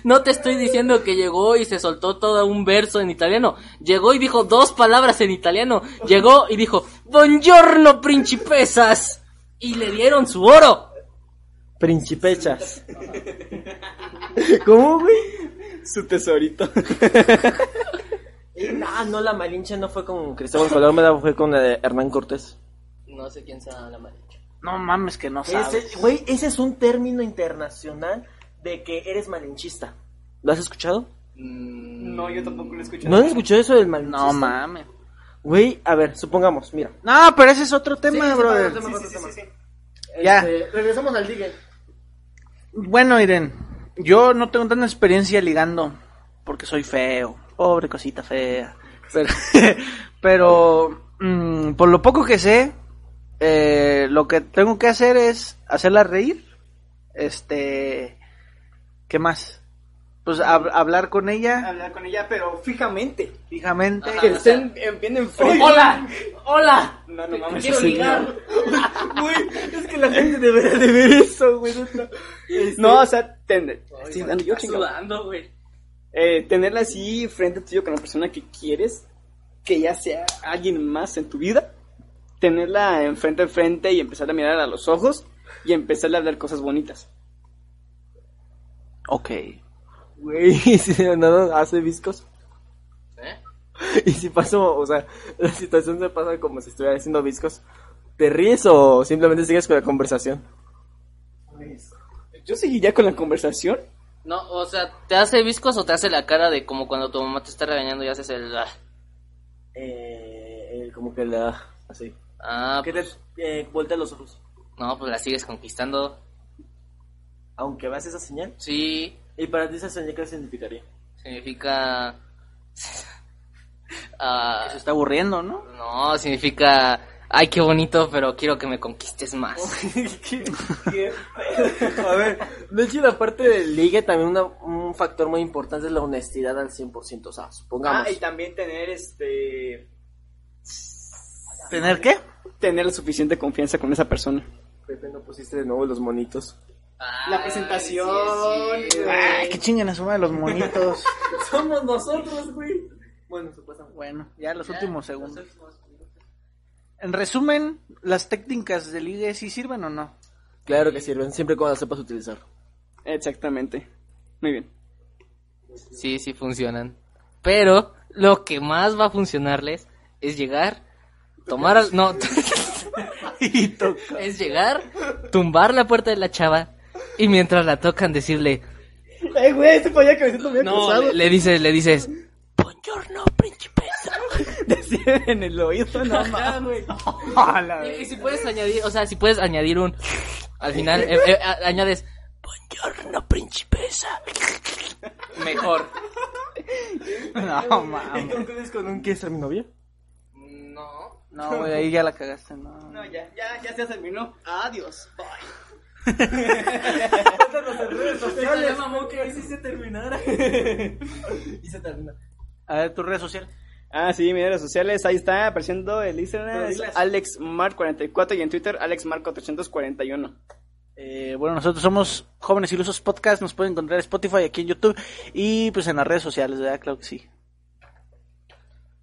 S4: no te estoy diciendo que llegó y se soltó todo un verso en italiano. Llegó y dijo dos palabras en italiano. Llegó y dijo, Buongiorno, principesas. Y le dieron su oro.
S2: Principechas. ¿Cómo, güey?
S3: Su tesorito.
S2: No, no, la malincha no fue con Cristóbal Colón, ¿verdad? fue con eh, Hernán Cortés.
S4: No sé quién se la malincha.
S1: No mames que no sabes.
S2: Ese, güey, ese es un término internacional de que eres malinchista. ¿Lo has escuchado?
S3: No, yo tampoco lo he escuchado.
S2: ¿No han escuchado eso del mal?
S1: No mames.
S2: Güey, a ver, supongamos, mira.
S1: No, pero ese es otro tema, brother.
S3: Sí, sí, sí, sí, sí.
S1: Ya.
S2: Este, regresamos al ligue.
S1: Bueno, Irene, yo no tengo tanta experiencia ligando porque soy feo, pobre cosita fea. Pero, pero, mm, por lo poco que sé, eh, lo que tengo que hacer es hacerla reír. Este, ¿qué más? Pues hab- hablar con ella
S3: Hablar con ella, pero fijamente.
S1: fijamente.
S3: Que estén en- bien enfrente.
S4: Ah, ¡Hola! ¡Hola!
S3: No, no mames.
S4: Quiero
S3: sí,
S4: ligar.
S3: Güey, es que la gente debería de Este, ver eso, güey. neta. No, o sea, tener, estoy sudando yo,
S4: Está
S3: chingado.
S4: sudando, güey.
S3: Eh, tenerla así frente tuyo con la persona que quieres, que ya sea alguien más en tu vida. Tenerla enfrente a frente y empezar a mirar a los ojos y empezarle a hablar cosas bonitas.
S1: Ok.
S2: Güey, y si de nada hace viscos.
S4: ¿Eh?
S2: Y si pasó, o sea, la situación se pasa como si estuviera haciendo viscos. ¿Te ríes o simplemente sigues con la conversación?
S3: Yo seguiría con la conversación.
S4: No, o sea, ¿te hace viscos o te hace la cara de como cuando tu mamá te está regañando y haces el... ah,
S2: Eh, como que la... Así.
S4: Ah,
S2: Que te eh, voltea los ojos.
S4: no, pues la sigues conquistando.
S2: Aunque veas esa señal.
S4: Sí,
S2: Y para ti esa señal, ¿qué significaría?
S4: significa... Ah,
S1: Se está aburriendo, ¿no?
S4: no, significa... Ay, qué bonito, pero quiero que me conquistes más.
S2: A ver, de hecho la parte del ligue también una- un factor muy importante es la honestidad al 100%. O sea, supongamos...
S3: Ah, y también tener este.
S1: ¿Tener qué?
S3: Tener la suficiente confianza con esa persona.
S2: Pepe, no pusiste de nuevo los monitos.
S3: La presentación.
S1: Ay, que chinguen a su madre los monitos.
S2: Somos nosotros, güey. Bueno, supuestamente.
S1: Bueno, ya los últimos segundos. En resumen, ¿las técnicas de ligue sí sirven o no?
S2: Claro que sirven, siempre cuando las sepas utilizar.
S3: Exactamente. Muy bien.
S4: Sí, sí funcionan. Pero lo que más va a funcionarles es llegar, tomar... al- No, es llegar, tumbar la puerta de la chava y mientras la tocan decirle...
S3: Eh, güey, este podía que me siento bien
S4: No, le, le dices, le dices, Buongiorno, principesa.
S3: en el oído, no mames.
S4: Y, y si puedes añadir, o sea, si puedes añadir un al final, eh, eh, a- añades, Buongiorno, principesa. Mejor.
S1: No, mames.
S2: ¿Entonces con un qué es mi novia?
S4: No.
S1: No, güey, ahí ya la cagaste, no.
S3: No, ya, ya, ya se terminó. Adiós. Bye.
S2: Y se termina.
S1: A ver, tu red social.
S3: Ah, sí, mis redes sociales, ahí está apareciendo el Instagram, es AlexMark44 y en Twitter AlexMark441.
S1: Eh, bueno, nosotros somos Jóvenes Ilusos Podcast, nos pueden encontrar en Spotify, aquí en YouTube y pues en las redes sociales, ¿verdad? Claro que sí.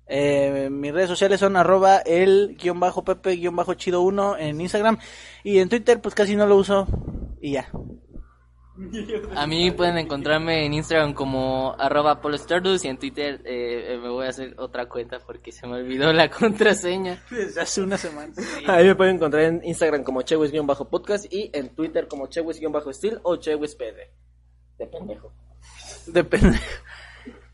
S1: Eh, mis redes sociales son arroba el guión bajo pepe guión bajo chido 1 en Instagram y en Twitter pues casi no lo uso y ya.
S4: A mí pueden encontrarme en Instagram como arroba Polo Stardust y en Twitter eh, eh, me voy a hacer otra cuenta porque se me olvidó la contraseña.
S1: Desde hace una semana.
S2: Ahí me pueden encontrar en Instagram como chewis-podcast y en Twitter como chewis-steel o chewispd. De pendejo.
S1: Depende.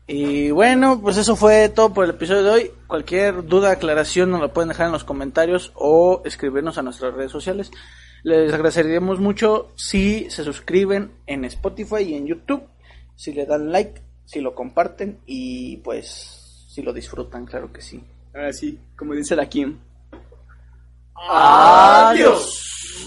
S1: Y bueno, pues eso fue todo por el episodio de hoy. Cualquier duda, aclaración nos la pueden dejar en los comentarios o escribirnos a nuestras redes sociales. Les agradeceríamos mucho si se suscriben en Spotify y en YouTube, si le dan like, si lo comparten y pues si lo disfrutan, claro que sí.
S3: Ahora Ah, sí, como dice la Kim.
S1: Adiós.